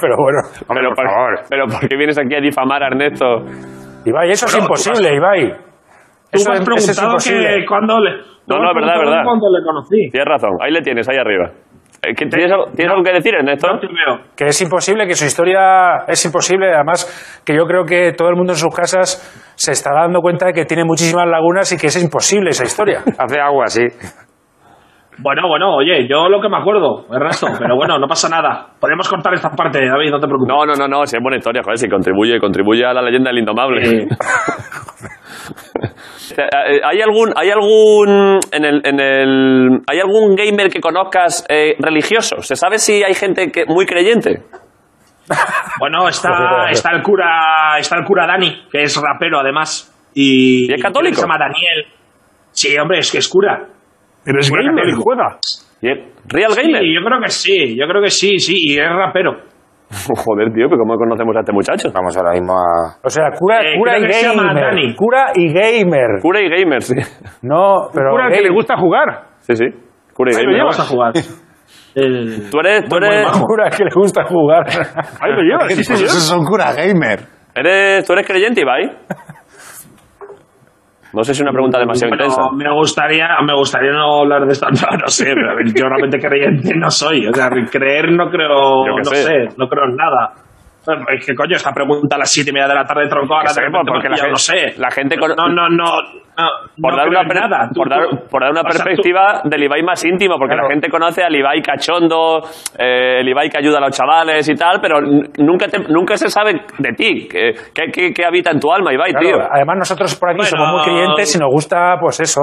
Pero bueno,
<laughs> pero, por pero ¿por qué vienes aquí a difamar a Ernesto?
Ibai, eso
Bueno,
es
tú
imposible, Ibai.
Tú
Eso
me
es- eso
has
es
preguntado
imposible.
que cuando le... tú
No,
me
no, es verdad, es
has preguntado
verdad.
cuando le conocí.
Tienes razón, ahí le tienes, ahí arriba. Eh, ¿qué- ¿Tienes, algo, tienes algo que decir, Ernesto?
No te veo.
Que es imposible, que su historia es imposible. Además, que yo creo que todo el mundo en sus casas se está dando cuenta de que tiene muchísimas lagunas y que es imposible esa
<laughs>
historia.
Hace agua, sí.
Bueno, bueno, oye, yo lo que me acuerdo, Ernesto, pero bueno, no pasa nada. Podemos cortar esta parte, David, no te preocupes.
No, no, no, no, si es buena historia, joder, si contribuye, contribuye a la leyenda del indomable. <laughs>
Eh,
Eh, ¿Hay algún, hay algún, en el, en el, hay algún gamer que conozcas eh, religioso? ¿Se sabe si hay gente que, muy creyente?
<laughs>
bueno, está, está el cura, está el cura Dani, que es rapero además. ¿Y,
¿Y es católico?
Se llama Daniel. Sí, hombre, es que es cura.
Pero es
Bueno,
gamer,
católico.
juega.
Bien. ¿Real
Sí,
gamer? <laughs>
yo creo que sí, yo creo que sí, sí, y es rapero.
Joder, tío, pero ¿cómo conocemos a este muchacho?
Vamos ahora mismo a.
O sea, cura,
Eh,
cura y
creo que se llama
gamer.
Dani.
Cura y gamer.
Cura y gamer, sí.
No, pero.
Cura que
gay-
le gusta jugar.
Sí, sí. Cura y
Ahí
gamer.
vamos a <laughs> jugar. Eh,
Tú eres, tú
Muy, muy
eres,
bajo.
Cura que le gusta jugar.
Ahí lo llevas, sí,
Pues
señor.
esos son cura gamer.
eres, tú eres creyente, Ibai. No sé si es una pregunta demasiado
bueno,
intensa.
Mm, me gustaría, me gustaría no hablar de esta, <laughs> no, no sé, pero a ver, yo realmente creyente no soy, o sea, creer no creo,
Yo
no
qué sé.
sé. no creo en nada. Es que coño, esta pregunta a las siete y media de la tarde tronco ahora
sé,
de repente
porque
me
la
ha pillado,
gente-
no sé.
la gente con-
no, no, no, no,
Por,
no
dar
creo
una
en
per-
nada. Tú-
por dar-
tú-
por dar una
o sea, tú-
perspectiva del Ibai más íntimo, porque la gente conoce al Ibai cachondo, eh, el Ibai que ayuda a los chavales y tal, pero n- nunca, te- nunca se sabe de ti. ¿Qué, qué- qué- qué habita en tu alma, Ibai,
Claro,
tío?
además, nosotros por aquí
Bueno.
somos muy creyentes y nos gusta, pues eso.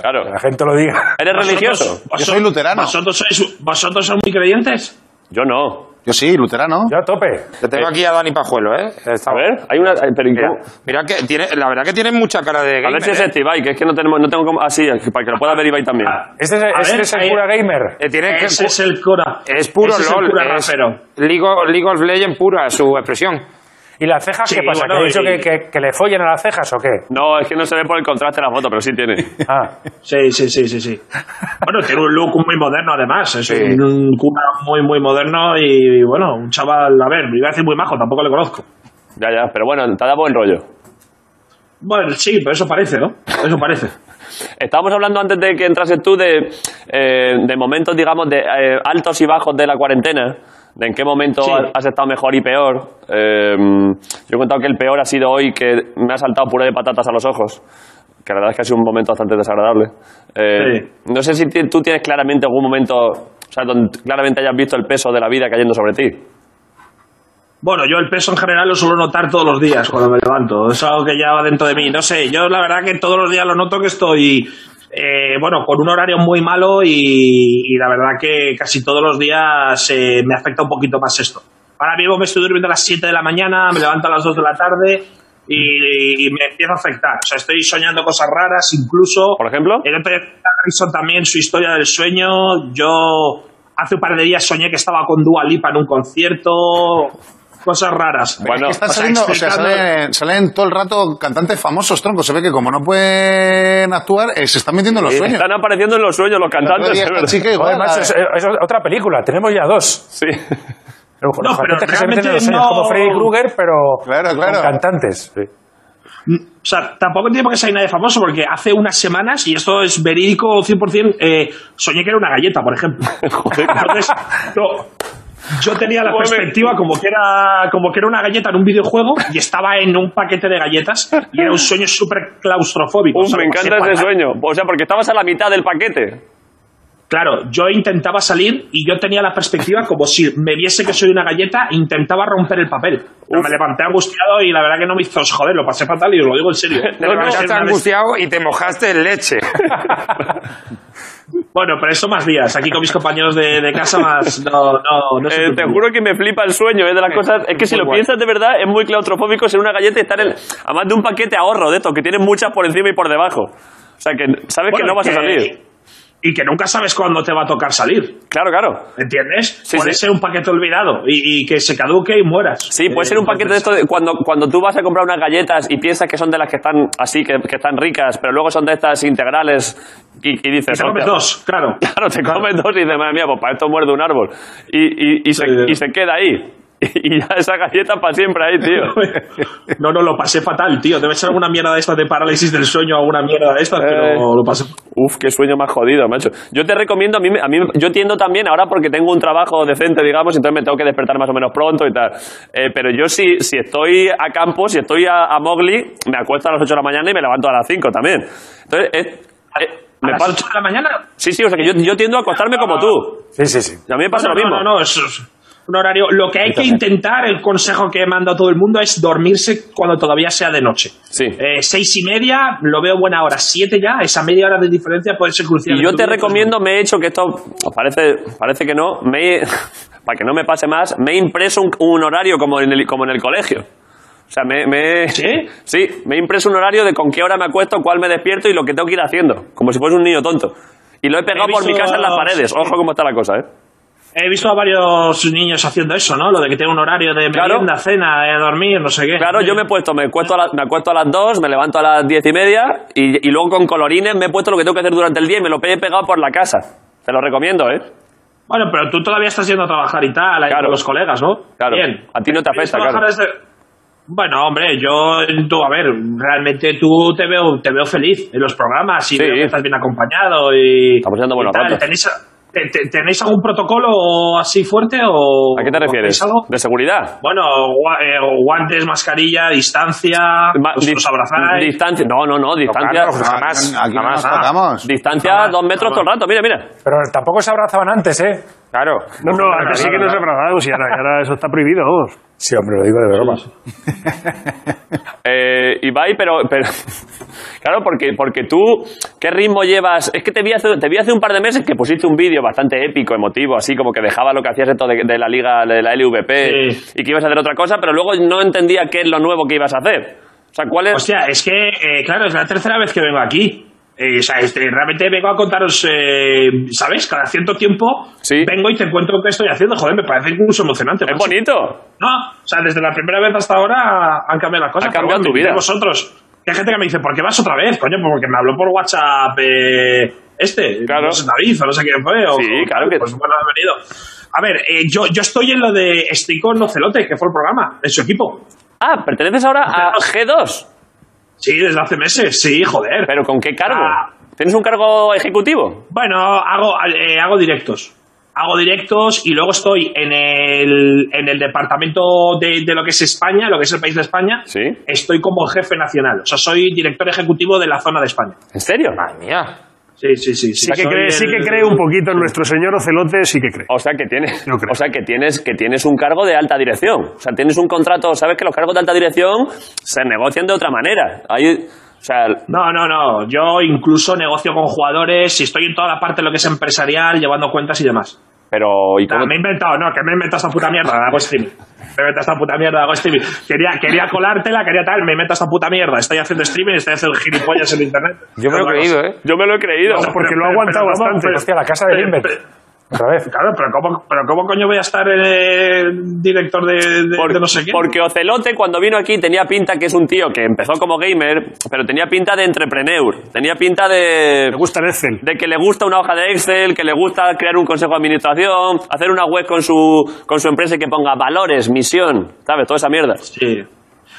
Claro.
Que la gente lo diga.
¿Eres
vosotros-
religioso?
vosotros-
soy luterano.
Vosotros sois, vosotros sois muy creyentes.
Yo no.
Yo sí, luterano.
Yo a tope.
Te tengo aquí a Dani Pajuelo, ¿eh? Está-
A ver, hay una. eh, pero ¿y
Mira,
cómo?
mira que tiene, la verdad que tiene mucha cara de
A
gamer.
ver si es
¿eh?
este Ibai, que es que no, tenemos, no tengo como. Así, para que lo pueda ver Ibai también.
Ah.
Este es,
A
este
ver,
es el
ahí-
cura gamer.
Eh, tiene que-
Ese es el cura.
es puro
Ese
LOL.
Es el cura
es
rapero.
League of, League of Legends pura su expresión.
¿Y las cejas
Sí,
qué pasa?
bueno,
¿Que he dicho
y-
que, que- que le follen a las cejas o qué?
No, es que no se ve por el contraste de la foto, pero sí tiene.
<laughs>
Sí,
Ah,
Sí, sí, sí, sí, sí. Bueno, tiene un look muy moderno además. Es
Sí.
un, un cura muy, muy moderno y, bueno, un chaval, a ver, me iba a decir muy majo, tampoco le conozco.
Ya, ya, pero bueno, te ha dado buen rollo.
Bueno, sí, pero eso parece, ¿no? Eso parece.
Estábamos hablando antes de que entrases tú de, eh, de momentos, digamos, de eh, altos y bajos de la cuarentena. De en qué momento
Sí.
has, has estado mejor y peor. Eh, yo he contado que el peor ha sido hoy, que me ha saltado puré de patatas a los ojos. Que la verdad es que ha sido un momento bastante desagradable. Eh, No sé si ti- tú tienes claramente algún momento, o sea, donde claramente hayas visto el peso de la vida cayendo sobre ti.
Bueno, yo el peso en general lo suelo notar todos los días cuando me levanto. Es algo que ya va dentro de mí. No sé, yo la verdad que todos los días lo noto que estoy, eh, bueno, con un horario muy malo y, y la verdad que casi todos los días eh, me afecta un poquito más esto. Ahora mismo me estoy durmiendo a las 7 de la mañana, me levanto a las 2 de la tarde y, y me empieza a afectar. O sea, estoy soñando cosas raras incluso.
¿Por ejemplo?
El otro día Harrison también su historia del sueño. Yo hace un par de días soñé que estaba con Dua Lipa en un concierto. Cosas raras.
Bueno, están saliendo, o sea, salen, salen todo el rato cantantes famosos, tronco. Se ve que como no pueden actuar, eh, se están metiendo en los
Eh,
sueños.
Están apareciendo en los sueños los cantantes.
día
es
esta
verdad. <laughs>
chica igual,
Joder, macho, eso- eso es otra película, tenemos ya dos.
Sí.
Los
No, pero
cantantes que se meten en
realmente
los sueños,
no-
como Freddy Krueger, pero
claro.
con cantantes. sí.
Mm, O sea, tampoco tiene por qué salir nadie famoso, porque hace unas semanas, y esto es verídico 100%, eh, soñé que era una galleta, por
<laughs>
ejemplo. Entonces, no, yo tenía la perspectiva como que, era, como que era una galleta en un videojuego y estaba en un paquete de galletas y era un sueño súper claustrofóbico.
Uf, me encanta ese sueño. O sea, porque estabas a la mitad del paquete.
Claro, yo intentaba salir y yo tenía la perspectiva como si me viese que soy una galleta, intentaba romper el papel. Pero me levanté angustiado y la verdad que no me hizo joder, lo pasé fatal y os lo digo
<laughs>
en serio.
Te levantaste angustiado y te mojaste en leche.
Bueno, pero eso más días. Aquí con mis compañeros de, de casa más. No, no, no
Eh, te juro que me flipa el sueño, es de las cosas. Es que si
Muy
lo
guay.
piensas de verdad, es muy claustrofóbico ser una galleta y estar en. Además de un paquete ahorro de estos, que tienen muchas por encima y por debajo. O sea, que sabes que
Bueno,
no vas a
que-
salir.
Y que nunca sabes cuándo te va a tocar salir.
Claro, claro.
¿Entiendes?
Sí,
Puede
sí.
ser un paquete olvidado y, y que se caduque y mueras. Eh,
Sí, puede ser un paquete de esto de cuando, cuando tú vas a comprar unas galletas y piensas que son de las que están así, que, que están ricas, pero luego son de estas integrales y, y dices...
Y te comes
"Hostia".
dos, claro.
<laughs> Claro, te comes dos y dices, madre mía, pues para esto muerde un árbol. Y, y- y se, y se queda ahí. <laughs> Y ya esa galleta para siempre ahí, tío.
No, no, lo pasé fatal, tío. Debe ser alguna mierda de estas de parálisis del sueño, alguna mierda de estas,
Eh.
pero lo pasé.
Uf, qué sueño más jodido, macho. Yo te recomiendo, a mí, me- a mí, yo tiendo también ahora porque tengo un trabajo decente, digamos, entonces me tengo que despertar más o menos pronto y tal. Eh, pero yo si, si estoy a campo, si estoy a, a Mowgli, me acuesto a las 8 de la mañana y me levanto a las cinco también. Entonces, eh, eh,
¿A
me
las
pasa-
8 de la mañana?
Sí, sí, o sea que yo, yo tiendo a acostarme como tú.
Sí, sí, sí.
A mí me pasa
No,
lo
no,
mismo.
No, no, eso es un horario. Lo que hay que
Exactamente.
intentar, el consejo que mando a todo el mundo es dormirse cuando todavía sea de noche.
Sí.
Eh, seis y media, lo veo buena hora. Siete ya, esa media hora de diferencia puede ser crucial.
Y yo te recomiendo, me he hecho que esto parece, parece que no, me he- <laughs> para que no me pase más, me he impreso un, un horario como en el, como en el colegio. O sea, me, me-
¿Sí?
me he impreso un horario de con qué hora me acuesto, cuál me despierto y lo que tengo que ir haciendo, como si fuese un niño tonto. Y lo he pegado
He
por mi
visto-
casa en las paredes. Ojo cómo está la cosa, ¿eh?
<laughs> He visto a varios niños haciendo eso, ¿no? Lo de que tienen un horario de
Claro.
merienda, cena, de dormir, no sé qué.
Claro, yo me he puesto, me, acuesto a la- me acuesto a las 2, me levanto a las 10 y media y, y luego con colorines me he puesto lo que tengo que hacer durante el día y me lo he pegado por la casa. Te lo recomiendo, ¿eh?
Bueno, pero tú todavía estás yendo a trabajar y tal, ahí
Claro.
con los colegas, ¿no?
Claro.
Bien.
A ti no te afecta,
Trabajar
claro.
desde- Bueno, hombre, yo, tú, a ver, realmente tú te veo, te veo feliz en los programas y
Sí.
veo que estás bien acompañado y.
Estamos yendo
y
buenos
tal.
ratos.
¿Tenéis, te- te- ¿Tenéis algún protocolo así fuerte o.?
¿A qué te
o
refieres?
hacéis algo?
¿De seguridad?
Bueno, gua- eh, guantes, mascarilla, distancia,
Pues
Ma-
os,
di-
os abrazáis.
Distancia. No, no, no, distancia.
Tocarnos, pues jamás,
Aquí no
jamás.
nos tocamos.
Distancia dos metros todo el rato, mira, mira.
Pero tampoco se abrazaban antes, ¿eh?
Claro.
No, no, antes sí que nos abrazábamos y ahora, y ahora eso está prohibido, vamos.
Sí, hombre, lo digo de broma.
Eh, Ibai, pero, pero <laughs> claro, porque, porque tú, ¿qué ritmo llevas? Es que te vi, hace, te vi hace un par de meses que pusiste un vídeo bastante épico, emotivo, así como que dejaba lo que hacías esto de, de la liga, de la LVP, y que ibas a hacer otra cosa, pero luego no entendía qué es lo nuevo que ibas a hacer. O sea, ¿cuál es?
Hostia, es que, eh, claro, es la tercera vez que vengo aquí. Eh, o sea, este, realmente vengo a contaros, eh, ¿sabes? Cada cierto tiempo vengo y te cuento qué estoy haciendo. Joder, me parece incluso emocionante.
es
Pues,
macho.
bonito.
No, o sea, desde la primera vez hasta ahora han cambiado las cosas.
Ha cambiado
Pero
tu vida.
de vosotros. Que hay gente que me dice, ¿por qué vas otra vez? Coño, pues porque me habló por WhatsApp eh, este,
Claro.
no sé, David, o no sé quién fue. o-
Sí, claro que-
Pues bueno, he venido. A ver, eh, yo, yo estoy en lo de... Estoy con Ocelote, que fue el programa, de su equipo.
Ah, perteneces ahora a G2.
Sí, desde hace meses, sí, joder.
¿Pero con qué cargo?
Ah,
¿Tienes un cargo ejecutivo?
Bueno, hago, eh, hago directos. Hago directos y luego estoy en el, en el departamento de, de lo que es España, lo que es el país de España.
Sí.
Estoy como jefe nacional. O sea, soy director ejecutivo de la zona de España.
¿En serio?
Madre mía.
Sí, sí, sí.
Sí que,
soy
cree,
el-
sí que cree un poquito en nuestro señor Ocelote, sí que cree.
O sea que tienes, o sea que tienes, que tienes un cargo de alta dirección. O sea, tienes un contrato. Sabes que los cargos de alta dirección se negocian de otra manera. Hay, o sea,
No, no, no. Yo incluso negocio con jugadores y estoy en toda la parte de lo que es empresarial, llevando cuentas y demás.
pero ¿y
Nah,
cómo-
me he inventado, no, que me he inventado esta puta mierda, hago streaming. Me he inventado esta puta mierda, hago streaming. Quería, quería colártela, quería tal, me he inventado esta puta mierda. Estoy haciendo streaming, estoy haciendo gilipollas en internet.
Yo me lo he creído, ¿eh?
Yo me lo he creído.
porque lo ha aguantado
pero, ¿cómo?
bastante.
Pero-
Hostia, la casa del
pero-
Invent.
pero-
Otra vez.
Claro, pero ¿cómo, pero ¿cómo coño voy a estar eh, director de, de- de no sé qué?
Porque Ocelote cuando vino aquí tenía pinta que es un tío que empezó como gamer, pero tenía pinta de entrepreneur, tenía pinta de... Le
gusta Excel.
De que le gusta una hoja de Excel, que le gusta crear un consejo de administración, hacer una web con su, con su empresa y que ponga valores, misión, ¿sabes? Toda esa mierda.
Sí.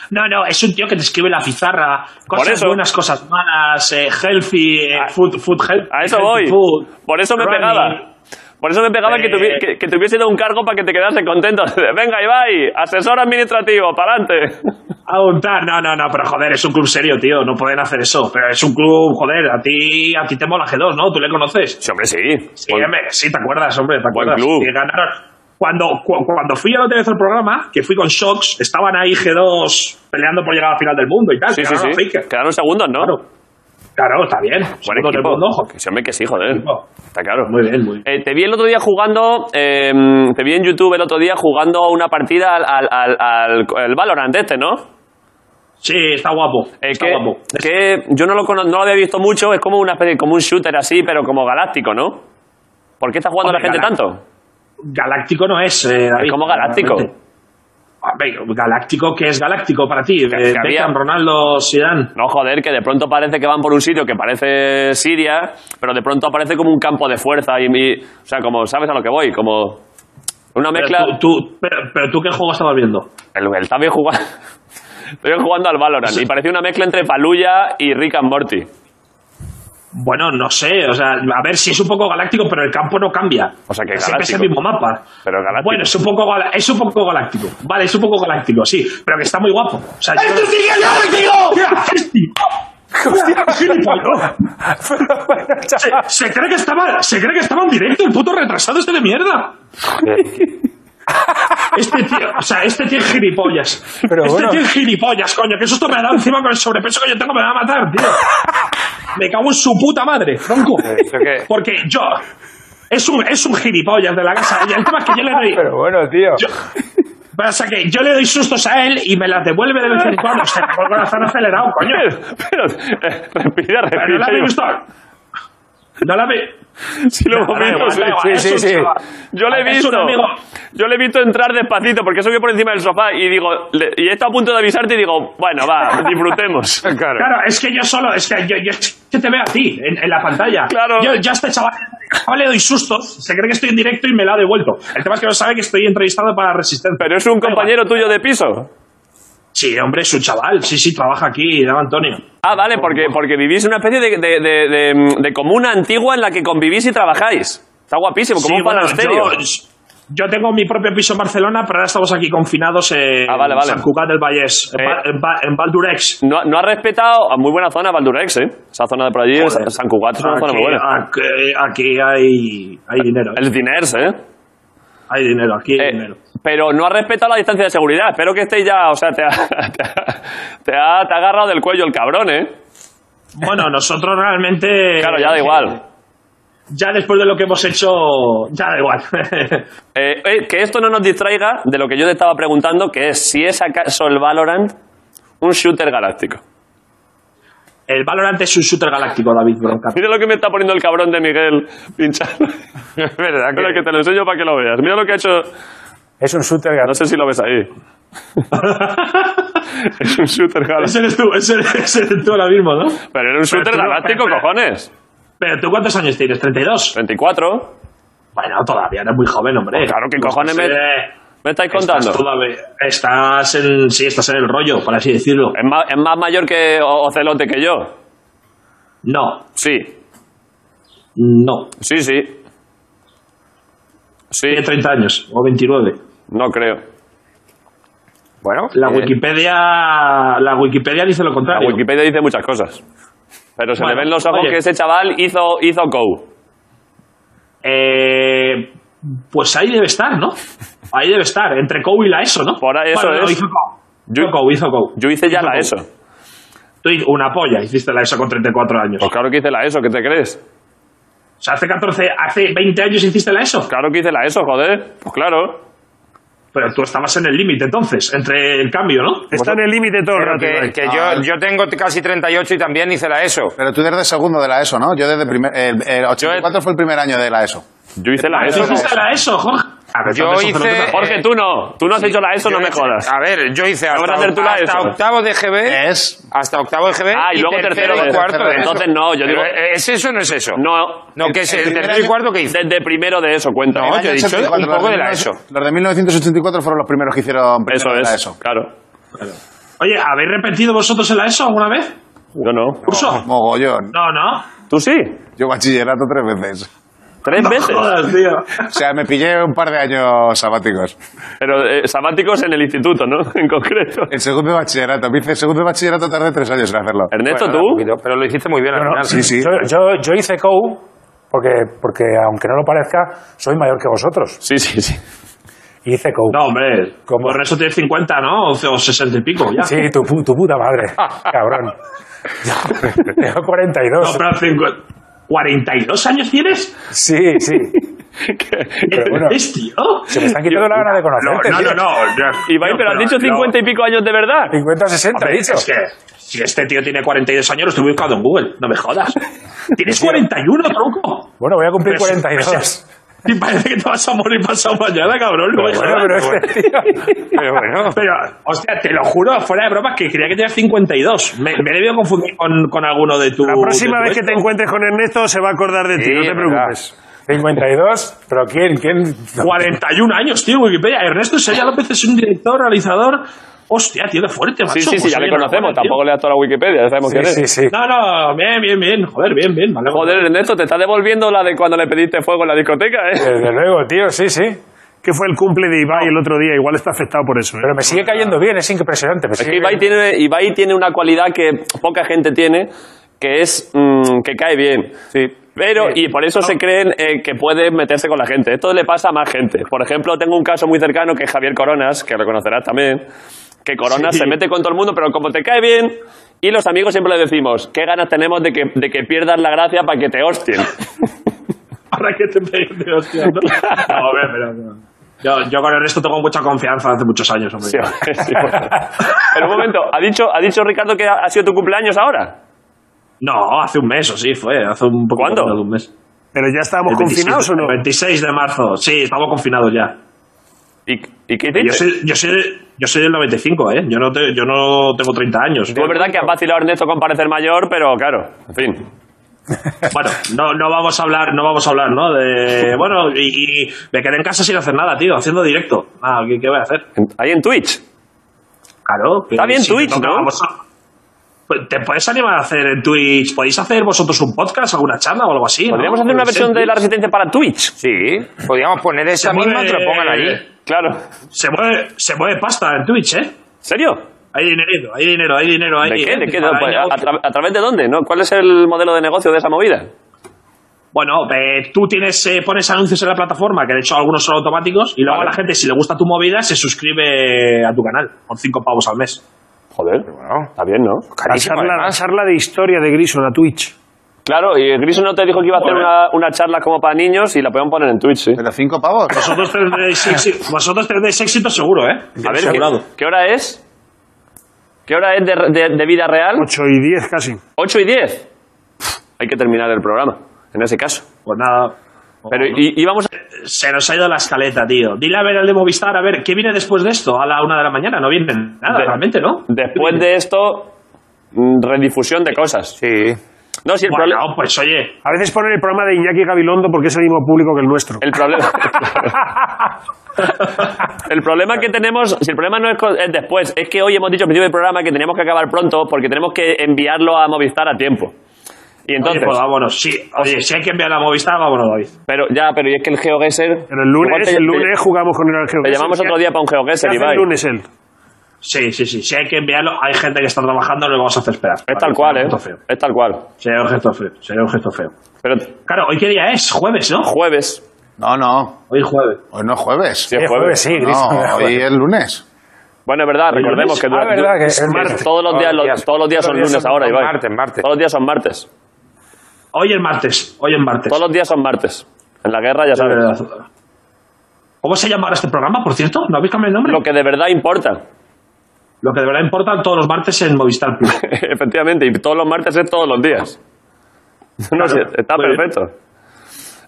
No, no, es un tío que te escribe la pizarra, cosas
eso.
buenas, cosas malas, eh, healthy, eh, food, food health-
A eso
healthy
voy.
food,
Por eso me
running.
pegaba. Por eso me pegaba que,
Eh.
tuvi- que, que te hubiese dado un cargo para que te quedase contento. <laughs> Venga, Ibai, asesor administrativo, para adelante.
A untar, no, no, no, pero joder, es un club serio, tío, no pueden hacer eso. Pero es un club, joder, a ti, a ti te mola G2, ¿no? ¿Tú le conoces?
Sí, hombre, sí.
Sí, hombre, sí, te acuerdas, hombre, te
Buen
acuerdas.
club.
Que ganaron. Cuando, cu- cuando fui a la otra vez al programa, que fui con Shocks, estaban ahí G2 peleando por llegar a la final del mundo y tal.
Sí, sí,
ganaron a
sí.
Faker.
Quedaron segundos, ¿no?
Claro. Claro, está bien.
Buen
Segundo del
equipo.
mundo, joder.
Que sí, hombre, que sí, joder. Está claro.
Muy bien, muy bien.
Eh, te vi el otro día jugando, eh, te vi en YouTube el otro día jugando una partida al, al, al, al- al Valorant este, ¿no?
Sí, está guapo.
Eh,
está
que,
guapo.
que yo no lo, cono- no lo había visto mucho, es como una especie, como un shooter así, pero como galáctico, ¿no? ¿Por qué está jugando
Hombre,
la gente
galá-
tanto?
Galáctico no es, eh, David.
Es como galáctico.
Realmente. Hombre, Galáctico, ¿qué es galáctico para ti?
Que-
Eh,
que había-
Beckham, Ronaldo, Zidane.
No, joder, que de pronto parece que van por un sitio que parece Siria, pero de pronto aparece como un campo de fuerza y, y- o sea, como sabes a lo que voy, como una
Pero
mezcla.
tú- tú- pero, pero tú, ¿qué juego estabas viendo?
El, el también jugando, <laughs> jugando al Valorant y parecía una mezcla entre Fallujah y Rick and Morty.
Bueno, no sé, o sea, a ver si es un poco galáctico, pero el campo no cambia.
O sea, que es
Siempre es el
galáctico.
mismo mapa.
Pero galáctico.
Bueno, es un, poco gala- es un poco galáctico. Vale, es un poco galáctico, sí, pero que está muy guapo. O sea, yo- Hostia, gilipollas. se, se cree que estaba, se cree que estaba en directo el puto retrasado este de mierda. Este tío, o sea, este tío es gilipollas.
Pero
este
bueno.
tío es gilipollas, coño. Qué susto me ha dado encima con el sobrepeso que yo tengo, me va a matar, tío. Me cago en su puta madre, tronco. Porque yo. Es un, es un gilipollas de la casa. Y el tema es que yo le doy.
Pero bueno, tío.
Yo- Pasa que yo le doy sustos a él y me las devuelve de vez en cuando. O sea, con el corazón acelerado, coño.
<laughs> Pero, eh, respira,
Pero no la
respira.
habéis visto. No la ve.
Si lo
No, da
vomito,
igual,
sí,
da igual,
sí,
es
sí,
un
sí.
chaval.
Yo le he
Es un
visto.
amigo.
Yo le he visto entrar despacito porque subió por encima del sofá y digo, le- y he estado a punto de avisarte y digo, bueno, va, disfrutemos.
<laughs> Claro, es que yo solo, es que yo, yo es que te veo a ti en, en la pantalla.
Claro.
Yo, yo a este chaval, chaval le doy sustos, se cree que estoy en directo y me la ha devuelto. El tema es que no sabe que estoy entrevistado para Resistencia.
Pero es un compañero tuyo de piso.
Sí, hombre, es un chaval, sí, sí, trabaja aquí, llama Antonio.
Ah, vale, porque, porque vivís una especie de, de- de- de- de comuna antigua en la que convivís y trabajáis. Está guapísimo, como
Sí,
un
bueno,
palasterio.
yo, yo tengo mi propio piso en Barcelona, pero ahora estamos aquí confinados en
Ah, vale, vale.
San Cugat del Vallés, en,
Eh.
Val- en Val- en Valdurex.
No, no ha respetado. ah, Muy buena zona, Valdurex, ¿eh? Esa zona de por allí, Sa- San Cugat, es
Ah,
una zona muy buena.
aquí, aquí hay, hay dinero, eh.
El Diners, ¿eh?
hay dinero, aquí hay
Eh,
dinero.
Pero no ha respetado la distancia de seguridad. Espero que estéis ya. O sea, te ha, <laughs> te ha- te ha- te ha agarrado del cuello el cabrón, ¿eh?
Bueno, nosotros realmente...
Claro, ya da igual.
Ya después de lo que hemos hecho, ya da igual. <laughs>
Eh, eh, que esto no nos distraiga de lo que yo te estaba preguntando, que es si es acaso el Valorant un shooter galáctico.
el Valorant es un shooter galáctico, David Bronca.
Mira lo que me está poniendo el cabrón de Miguel pinchando.
Es verdad
Espera, que te lo enseño para que lo veas. Mira lo que ha hecho.
Es un shooter
No sé si lo ves ahí. es un shooter
<laughs>
galáctico.
Ese <laughs> eres tú, ese eres, ese eres tú ahora mismo, ¿no?
Pero era un shooter
tú no-
galáctico,
pero-
cojones.
Pero tú cuántos años tienes, 32.
24.
Bueno, todavía eres muy joven, hombre.
Pues claro, ¿qué cojones me-
Eh,
¿Me estáis contando?
Estás, todavía- estás en, sí, estás en el rollo, por
Eh.
así decirlo.
Es más, es más mayor que O- Ocelote que yo.
No,
Sí.
No.
Sí, sí. Sí.
Tiene 30 años, o 29.
No creo. Bueno,
La
bien.
Wikipedia, la Wikipedia dice lo contrario.
La Wikipedia dice muchas cosas. Pero se
Bueno,
le ven los ojos
oye.
que ese chaval hizo, hizo Go.
Eh, pues ahí debe estar, ¿no? Ahí debe estar, entre Cow y la ESO, ¿no?
Por ahí, eso
Bueno, no,
es.
hizo Cow. Hizo Cow, hizo Cow.
Yo hice ya
Hizo
la
Cow.
ESO. Pues
Tú hi- una polla, hiciste la ESO con 34 años.
Pues claro que hice la ESO, ¿qué te crees?
O sea, hace 14, hace 20 años hiciste la ESO.
Claro que hice la ESO, joder. Pues claro.
Pero tú estabas en el límite entonces, entre el cambio, ¿no?
Está en el límite todo el
Pero
rato.
que,
Ibai.
que
Ah,
yo, yo tengo casi 38 y también hice la ESO.
Pero tú desde segundo de la ESO, ¿no? Yo desde primer... El, el 84 fue el primer año de la ESO.
Yo hice la
Ah,
ESO.
¿Tú hiciste la ESO, Jorge? A ver,
Yo
entonces,
hice-
pero tú-
Jorge, tú no. Tú no has hecho la ESO,
Yo
no me
hice-
jodas.
A ver, yo hice hasta,
vas a hacer tú la
hasta
ESO?
octavo de GB.
Es...
Hasta octavo de GB.
¿Eh?
Ah, y luego tercero
y
de-
cuarto. de ESO.
Entonces no, yo
Pero,
digo-
eh, ¿Es eso o no es eso?
No.
No, que es el
primer
tercero y
año-
cuarto que hice.
Desde primero de ESO, cuenta.
No,
El
yo he
año
dicho
84,
un poco
los
de la
19-
ESO.
Los de 1984 fueron los primeros que hicieron primero
Eso
de la
es.
ESO.
Claro.
Oye, ¿habéis repetido vosotros en la ESO alguna vez?
Yo no.
¿Curso?
Mogollón.
No, no.
¿Tú sí?
Yo bachillerato tres veces.
¿Tres
No
veces?
jodas, tío.
O sea, me pillé un par de años sabáticos.
Pero eh, sabáticos en el instituto, ¿no? <laughs> En concreto.
El segundo de bachillerato. Me hice el segundo de bachillerato tardé tres años en hacerlo.
Ernesto,
Bueno,
tú.
poquito, Pero lo hiciste muy bien al
No, no,
final.
Sí, sí.
Yo, yo- yo hice COU porque, porque, aunque no lo parezca, soy mayor que vosotros.
Sí, sí, sí.
Y hice COU.
No, hombre.
¿Cómo?
Por eso tienes 50, ¿no? O o 60 y pico, ya.
Sí, tu, pu- tu puta
<laughs>
madre, cabrón. Tengo 42.
No, pero 50 ¿42 años tienes?
Sí,
<laughs>
sí. Pero bueno,
¿Es, tío?
se me están quitando la gana de conocerte.
No, no,
tío.
no. no.
Ibai,
No,
pero has dicho
no.
50 y pico años de verdad.
50 60, he
Hombre,
dicho.
Es que si este tío tiene 42 años, lo estoy buscando en Google. No me jodas. Tienes 41, tronco.
Bueno, voy a cumplir
Pero si-
42.
Y parece que te vas a morir pasado mañana, cabrón. No me
Bueno,
jodas.
pero este tío...
Pero bueno.
Pero, hostia, te lo juro, fuera de bromas, que creía que tenías 52. Me, me he debido confundir con, con alguno de tu...
La próxima
de tu
vez que te
esto.
encuentres con Ernesto se va a acordar de ti,
Sí,
no te
verdad.
preocupes.
52, pero ¿quién? ¿Quién?
41 años, tío, Wikipedia. Ernesto Sella López es un director, realizador. Hostia, tío, qué fuerte, macho.
Sí, sí, sí,
Pues
ya le
oye, enhorabuena,
conocemos.
tío.
Tampoco le das toda la Wikipedia, ya sabemos
Sí,
quién es.
sí, sí.
No, no, bien, bien, bien. Joder, bien, bien. Vale,
Joder, Ernesto, te está devolviendo la de cuando le pediste fuego en la discoteca, ¿eh?
Desde luego, tío, sí, sí.
Que fue el cumple de Ibai el otro día, igual está afectado por eso. ¿eh?
Pero me sigue cayendo bien, es impresionante. me
Es
sigue
que Ibai
cayendo-
tiene, Ibai tiene una cualidad que poca gente tiene, que es mm, que cae bien. Pero, y por eso se creen eh, que puede meterse con la gente. Esto le pasa a más gente. Por ejemplo, tengo un caso muy cercano que es Javier Coronas, que reconocerás también, que Coronas
Sí.
se mete con todo el mundo, pero como te cae bien, y los amigos siempre le decimos, qué ganas tenemos de que, de que pierdas la gracia para que te
<laughs>
hostien. <laughs>
Ahora que te peguen de hostia, ¿no? No, hombre, pero... no. Yo, yo con Ernesto tengo mucha confianza hace muchos años, hombre.
Sí, hombre, sí, por
<laughs>
favor. pero un momento, ¿ha dicho, ¿ha dicho Ricardo que ha ha sido tu cumpleaños ahora?
No, hace un mes o sí, fue. Hace un poco
¿Cuándo?
menos de un mes.
Pero ya estábamos
El 26
confinados o no?
26 de marzo. Sí, estamos confinados ya.
¿Y, y qué
Yo
hiciste?
soy, yo, soy, yo soy del 95, ¿eh? Yo no, te- yo no tengo 30 años.
Tú es verdad que has vacilado a Ernesto con parecer mayor, pero claro, en fin.
Bueno, no, no vamos a hablar, no vamos a hablar, ¿no?
<laughs>
De, bueno, y, y me quedé en casa sin hacer nada, tío, haciendo directo. Ah, ¿qué, qué voy a hacer?
Ahí en Twitch.
Claro. que
Está bien
si me
Twitch,
toca,
¿no?
vamos a- Pues, ¿Te puedes animar a hacer en Twitch? ¿Podéis hacer vosotros un podcast, alguna charla o algo así?
Podríamos hacer una
Pues
versión de La Resistencia para Twitch.
Sí, podríamos poner esa
Se
misma y
mueve-
te la pongan
Eh.
allí.
Claro.
Se mueve, se mueve pasta en Twitch, ¿eh?
¿Serio?
Hay dinero, hay dinero, hay dinero. Hay
¿De qué? ¿De
eh,
qué? Pues,
para el
¿A, a
negocio.
tra- a través de dónde? ¿No? ¿Cuál es el modelo de negocio de esa movida?
Bueno, eh, tú tienes, eh, pones anuncios en la plataforma, que de hecho algunos son automáticos, y luego
Vale.
a la gente, si le gusta tu movida, se suscribe a tu canal, con cinco pavos al mes.
Joder, está bien, ¿no?
La
Carísimo,
charla, la
además.
charla de historia de Grison a Twitch.
Claro, y Griso no te dijo que iba a hacer
Joder.
una, una charla como para niños y la podemos poner en Twitch, sí.
Pero cinco pavos.
Vosotros
<laughs>
tendréis, éxito, vosotros tendréis éxito seguro, ¿eh?
A ver, ¿qué,
Asegurado.
qué hora es? ¿Qué hora es de, de- de vida real?
8 y 10 casi.
8 y 10. Pff, Hay que terminar el programa, en ese caso.
Pues nada.
Pero y, y vamos a...
Se nos ha ido la escaleta, tío. Dile a ver al de Movistar, a ver, ¿qué viene después de esto? A la una de la mañana, no viene nada,
De-
realmente, ¿no?
Después de esto, mm, redifusión de cosas.
Sí.
No, si el,
Bueno,
proble-
pues oye,
A veces ponen el programa de Iñaki Gabilondo porque es el mismo público que el nuestro.
el problema.
<laughs>
<laughs>
el problema que tenemos, si el problema no es, con- es después, es que hoy hemos dicho al principio del programa que tenemos que acabar pronto porque tenemos que enviarlo a Movistar a tiempo. Y entonces.
Oye, pues vámonos. Sí, oye, si hay que enviar la Movistar, vámonos, David.
Pero ya, pero y es que el GeoGuessr.
Pero el lunes, el lunes jugamos con el GeoGuessr.
Te llamamos otro día para un
¿Qué
GeoGuessr,
hace
Ibai.
el lunes él?
Sí, sí, sí. Si hay que enviarlo, hay gente que está trabajando, no lo vamos a hacer esperar.
Es tal
pues,
cual, ¿eh? Es tal cual.
Sería un gesto feo. Sería un gesto feo.
Pero
Claro, ¿hoy qué día es? Jueves, ¿no?
jueves.
No, no.
Hoy es jueves.
Hoy no es jueves.
Sí, es Es jueves. jueves, sí, Gris.
No, hoy es lunes.
Bueno, es verdad, recordemos que,
Ah, verdad, que es
Sí,
martes.
todos los días, los- todos los días son lunes ahora, Ibai.
Martes, martes.
Todos los días son martes.
Hoy es martes. Hoy es martes.
Todos los días son martes. En la guerra ya
Es
sabes.
verdad. ¿Cómo se llama ahora este programa, por cierto? ¿No habéis cambiado el nombre?
Lo que de verdad importa. <laughs>
Lo que de verdad importa todos los martes en
<laughs>
Movistar Plus.
Efectivamente, y todos los martes es todos los días. <laughs> No sé, está
muy bien.
perfecto.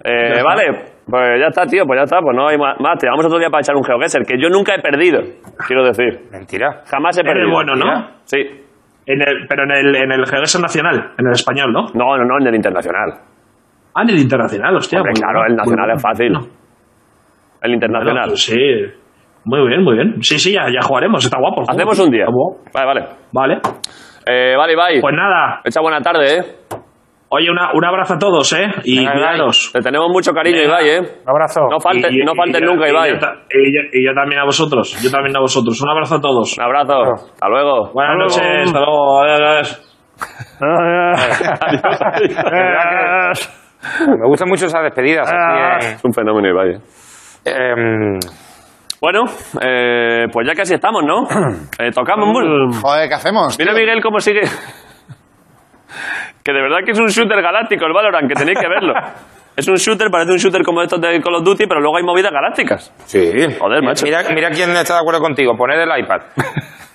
Eh,
Ya está.
vale, pues ya está, tío, pues ya está, pues no hay ma- más. Te vamos otro día para echar un GeoGuessr, que yo nunca he perdido, quiero decir.
Mentira.
Jamás he
En el
perdido.
bueno, ¿no?
Sí.
En el- pero en el, en el regreso nacional, en el español, ¿no?
No, no, no, en el internacional.
Ah, en el internacional, hostia.
Hombre,
muy
claro,
pues bueno,
el nacional
muy
es fácil.
bueno.
El internacional.
Bueno, pues sí. Muy bien, muy bien. Sí, sí, ya, ya jugaremos. Está guapo. el juego,
Hacemos
tío.
un día.
Está guapo.
Vale, vale.
Vale.
Eh, vale, Ibai.
Pues nada.
Echa buena tarde, ¿eh?
Oye, una- un abrazo a todos, ¿eh? Y
Venga, Ibai.
cuidaros.
Te tenemos mucho cariño,
Venga.
Ibai, ¿eh?
Un abrazo.
No faltes,
Y- y-
no faltes
y-
nunca,
y-
Ibai.
Y, ta- y yo, y yo también a vosotros. Yo también a vosotros. Un abrazo a todos.
Un abrazo. Hasta luego.
Buenas
Hasta
noches.
luego.
Hasta luego. Adiós, adiós. <laughs>
Me gustan mucho esas despedidas. así, eh,
Es un fenómeno, Ibai. ¿eh?
em,
Bueno, eh, pues ya casi estamos, ¿no? Eh, tocamos mucho.
Joder, ¿qué hacemos?
Mira,
tío?
Miguel, cómo sigue. <laughs> que de verdad que es un shooter galáctico el Valorant, que tenéis que verlo. Es un shooter, parece un shooter como estos de Call of Duty, pero luego hay movidas galácticas.
Sí.
Joder, macho.
Mira, mira quién está de acuerdo contigo. Poned el iPad.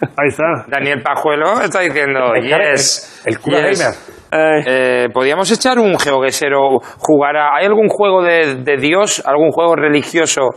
Ahí está.
Daniel Pajuelo está <laughs> diciendo
El cara-
yes.
el- el cura
yes".
gamer.
Eh, ¿Podríamos echar un geoguesero? Jugar a, ¿Hay algún juego de, de Dios, algún juego religioso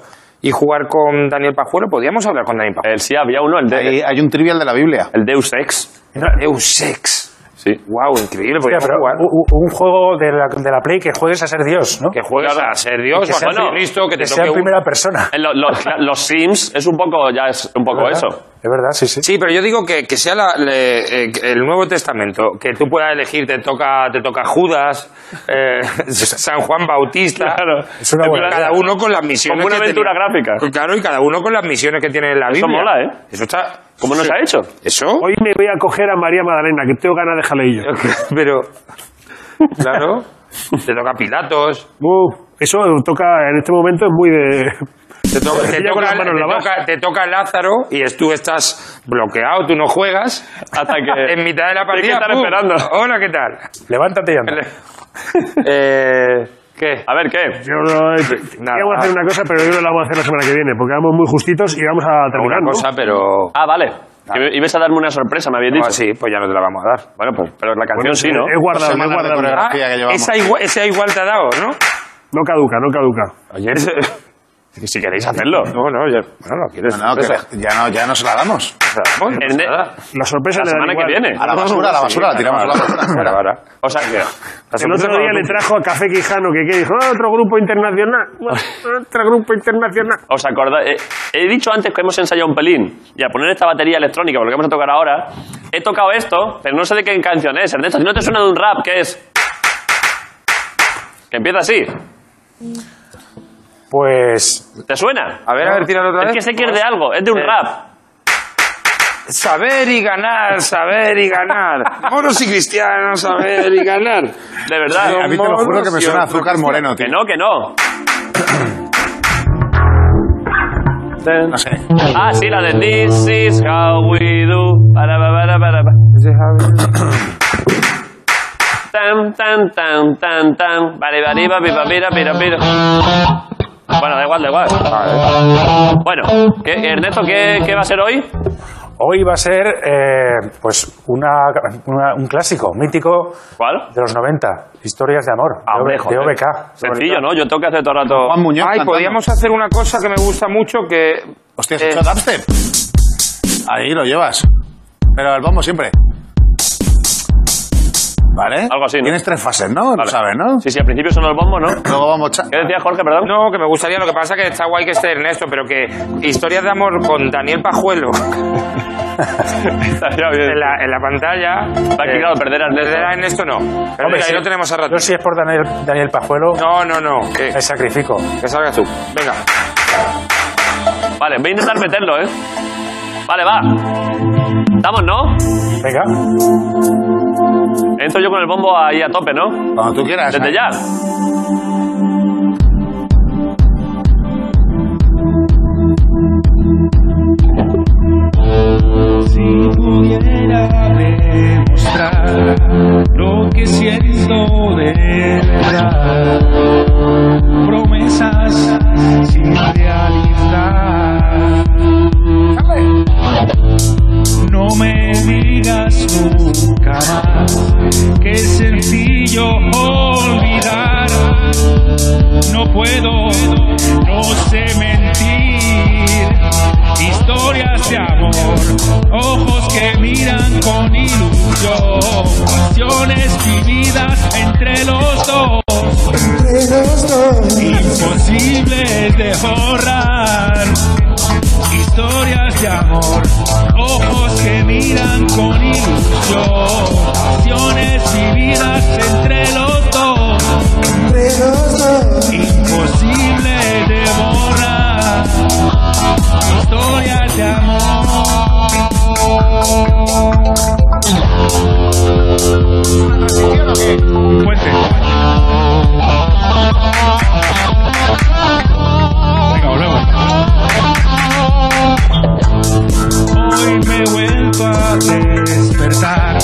y jugar con Daniel Pajuelo? ¿Podríamos hablar con Daniel Pajuelo?
El sí había uno, el, de-
Hay, hay un trivial de la Biblia.
el Deus Ex.
Deus Ex.
Sí.
Wow, increíble.
Hostia,
podríamos
pero
jugar.
u- u- un, juego de la, de la Play que juegues a ser Dios, ¿no?
Que juegues
Claro.
a ser Dios,
Que
a ser
sea
bueno,
Cristo, que te
Que sea
toque
en
un-
primera persona.
En Eh, lo- lo- los Sims es un poco, ya es un poco
¿Verdad?
eso.
Es verdad, sí, sí.
Sí, pero yo digo que, que sea la- le- eh, el Nuevo Testamento, que tú puedas elegir, te toca, te toca Judas, eh, <laughs> San Juan Bautista,
Claro.
Es una buena
cada
idea.
uno con las misiones.
Como una
que
aventura
tenía.
gráfica.
Claro, y cada uno con las misiones que tiene en la
Eso
Biblia.
mola, ¿eh?
Eso está.
¿Cómo nos ha hecho?
Eso, <laughs>
Hoy me voy a coger a María Magdalena, que tengo ganas de jaleillo.
pero claro, te toca Pilatos,
Uh, eso toca en este momento es muy de. <laughs>
te, to- te
pilla con
toca,
las manos
te
lavadas.
toca- te toca Lázaro y es- tú estás bloqueado, tú no juegas
Hasta que-
<laughs> en mitad de la
Tienes que
partida.
estar
¡pum!
esperando.
Hola, ¿qué tal?
Levántate y anda.
<laughs> eh, ¿Qué?
A ver, ¿qué?
Yo no,
Nada.
vamos a hacer una cosa, pero yo la vamos a hacer la semana que viene, porque vamos muy justitos y vamos a terminar.
Una
¿no?
cosa, pero.
Ah, vale. Que me- Ibas a darme una sorpresa, me habías
No,
dicho.
sí, pues ya no te la vamos a dar.
Bueno, pues, pero la canción
Bueno,
sí, ¿no?
Es guardable,
Dos
es
semanas de
guardable.
coreografía. que llevamos.
esa, igual, esa igual te ha dado, ¿no?
No caduca, no caduca.
Oye, si queréis hacerlo. No, no, ya, bueno, no
Pues,
quieres.
No, no, que ya, no, ya no se la damos.
Bueno,
El ne-
nada.
La sorpresa
La
le dan
semana que
igual.
viene.
A la basura, a la basura, la tiramos a la basura.
Ahora, ahora.
O sea que.
El otro día le trajo a Café Quijano que, que dijo, "Ah, otro grupo
<laughs>
internacional, otro grupo internacional.
¿Os acordáis? He, he dicho antes que hemos ensayado un pelín. Y a poner esta batería electrónica, porque vamos a tocar ahora, he tocado esto, pero no sé de qué canción es. Ernesto, si no te suena de un rap, ¿qué es? Que empieza así.
Pues.
¿Te suena?
A ver, a ver, tíralo otra
Es
vez.
que sé que es de algo, es de un
Eh.
rap.
Saber y ganar, saber y ganar. <laughs> Moros y cristianos, saber y ganar.
De verdad.
A mí te lo juro que me suena a azúcar moreno,
Que
tío.
no, que no.
No sé.
Ah, sí, la de This is how we do. Para, para, para, para, para. Tan, tan, tan, tan, tan. Vale, vale, vale, vale, vale, vale, vale. Bueno, da igual, da igual.
Ah,
Bueno, ¿qué, Ernesto, ¿qué, ¿qué va a ser hoy?
Hoy va a ser eh, pues una, una- un clásico mítico
¿Cuál?
de los 90, Historias de Amor,
Ah, hombre,
de,
joder.
OBK.
Sencillo, ¿no? Yo tengo que hacer todo el rato...
Juan Muñoz.
Ay,
cantando.
podíamos hacer una cosa que me gusta mucho que.
Hostia, ¿has
eh,
hecho dubstep? Ahí lo llevas. Pero al bombo siempre. ¿Vale?
Algo así, ¿no?
Tienes tres fases, ¿no? Lo
Vale.
sabes, ¿no?
Sí, sí, al principio son los bombos, ¿no?
Luego vamos... cha-
¿Qué decía Jorge, perdón?
No, que me gustaría, lo que pasa que está guay que esté Ernesto, pero que historias de amor con Daniel Pajuelo en, la, en la pantalla.
Está aquí, claro, perder a Ernesto.
Perder a Ernesto no. Perder
Hombre,
ahí
sí.
lo tenemos a rato.
Yo si es por Daniel, Daniel Pajuelo.
No, no, no. Que,
Me sacrifico.
que salgas tú. Venga.
Vale, voy a intentar meterlo, ¿eh? Vale, va. Estamos, ¿no?
Venga.
Entro yo con el bombo ahí a tope, ¿no?
Cuando tú quieras.
¿eh?
Desde
<laughs>
ya.
Si pudiera demostrar lo que siento de verdad, promesas sin realizar. No me digas nunca más que es sencillo olvidar. No puedo, no sé mentir. Historias de amor, ojos que miran con ilusión, pasiones vividas entre los dos. Imposibles de borrar. Historias de amor, ojos que miran con ilusión, pasiones vividas entre los dos. Imposible de borrar. Historias de amor. Puente. Venga, Hoy me he vuelto a despertar,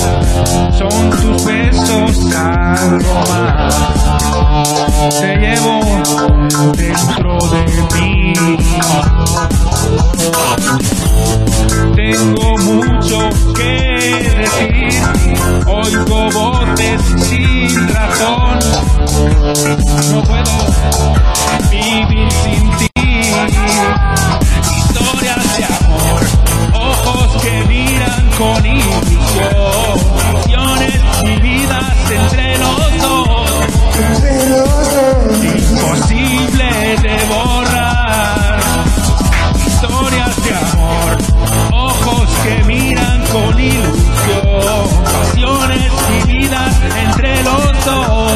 son tus besos algo más. Te llevo dentro de mí. Tengo mucho que decir, oigo voces sin razón. No puedo vivir sin ti. Historias de amor, ojos que miran con ilusión, pasiones vividas entre los dos. Imposible de borrar. Historias de amor, ojos que miran con ilusión, pasiones vividas entre los dos.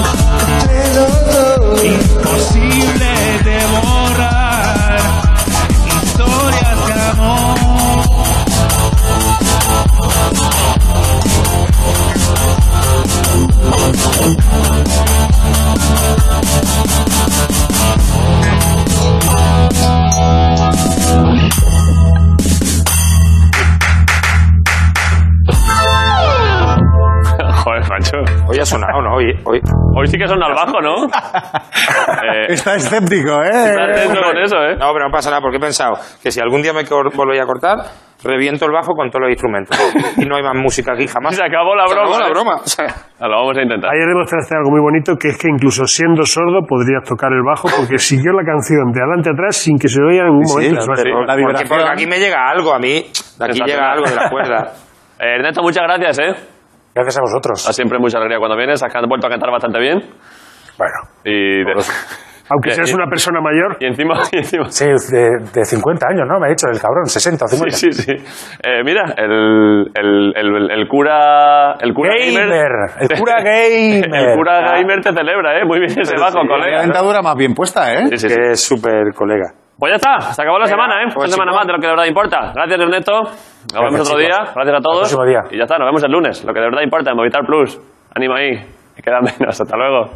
Imposible de borrar. Historias de amor.
Joder, macho.
Hoy ha sonado, ¿no? Hoy, hoy.
Hoy sí que son al bajo, ¿no? Eh,
Está escéptico, ¿eh?
Está atento con eso, ¿eh?
No, pero no pasa nada, porque he pensado que si algún día me cor- volvéis a cortar, reviento el bajo con todos los instrumentos. Y no hay más música aquí jamás.
Se acabó la
Se
broma.
acabó la
¿eh?
broma. O sea,
Ah, Lo vamos a intentar.
Ayer demostraste algo muy bonito, que es que incluso siendo sordo podrías tocar el bajo,
<laughs>
porque siguió la canción de adelante a atrás sin que se oiga en ningún
Sí,
momento.
sí,
Es
pero
básico.
la
porque,
vibración.
porque aquí me llega algo a mí. De aquí llega algo de la cuerda.
Eh, Ernesto, muchas gracias, ¿eh?
Gracias a vosotros.
Ah, Siempre mucha alegría cuando vienes. Has can- vuelto a cantar bastante bien.
Bueno. Eh,
Y, de-
Aunque
Ya,
seas
ya.
una persona mayor,
y encima... <laughs> y encima-
Sí, de, de 50 años, ¿no? Me ha dicho el cabrón, 60 o 50.
Sí, sí, sí. Eh, mira, el, el, el, el cura... El cura gamer...
Gamer,
<laughs>
el cura gamer.
<laughs>
Ah.
El cura gamer te celebra, ¿eh? Muy bien ese bajo,
La
colega.
dentadura más bien puesta, ¿eh?
Sí, sí, sí.
Que es súper colega.
Pues ya está, se acabó la
Venga,
semana, ¿eh?
pues,
Una semana
chicos.
más de lo que de verdad importa. Gracias, Ernesto. Nos vemos
chicos.
otro día. Gracias a todos.
próximo día.
Y ya está, nos vemos el lunes. Lo que de verdad importa en Movistar Plus. Anima ahí. Queda menos. Hasta luego.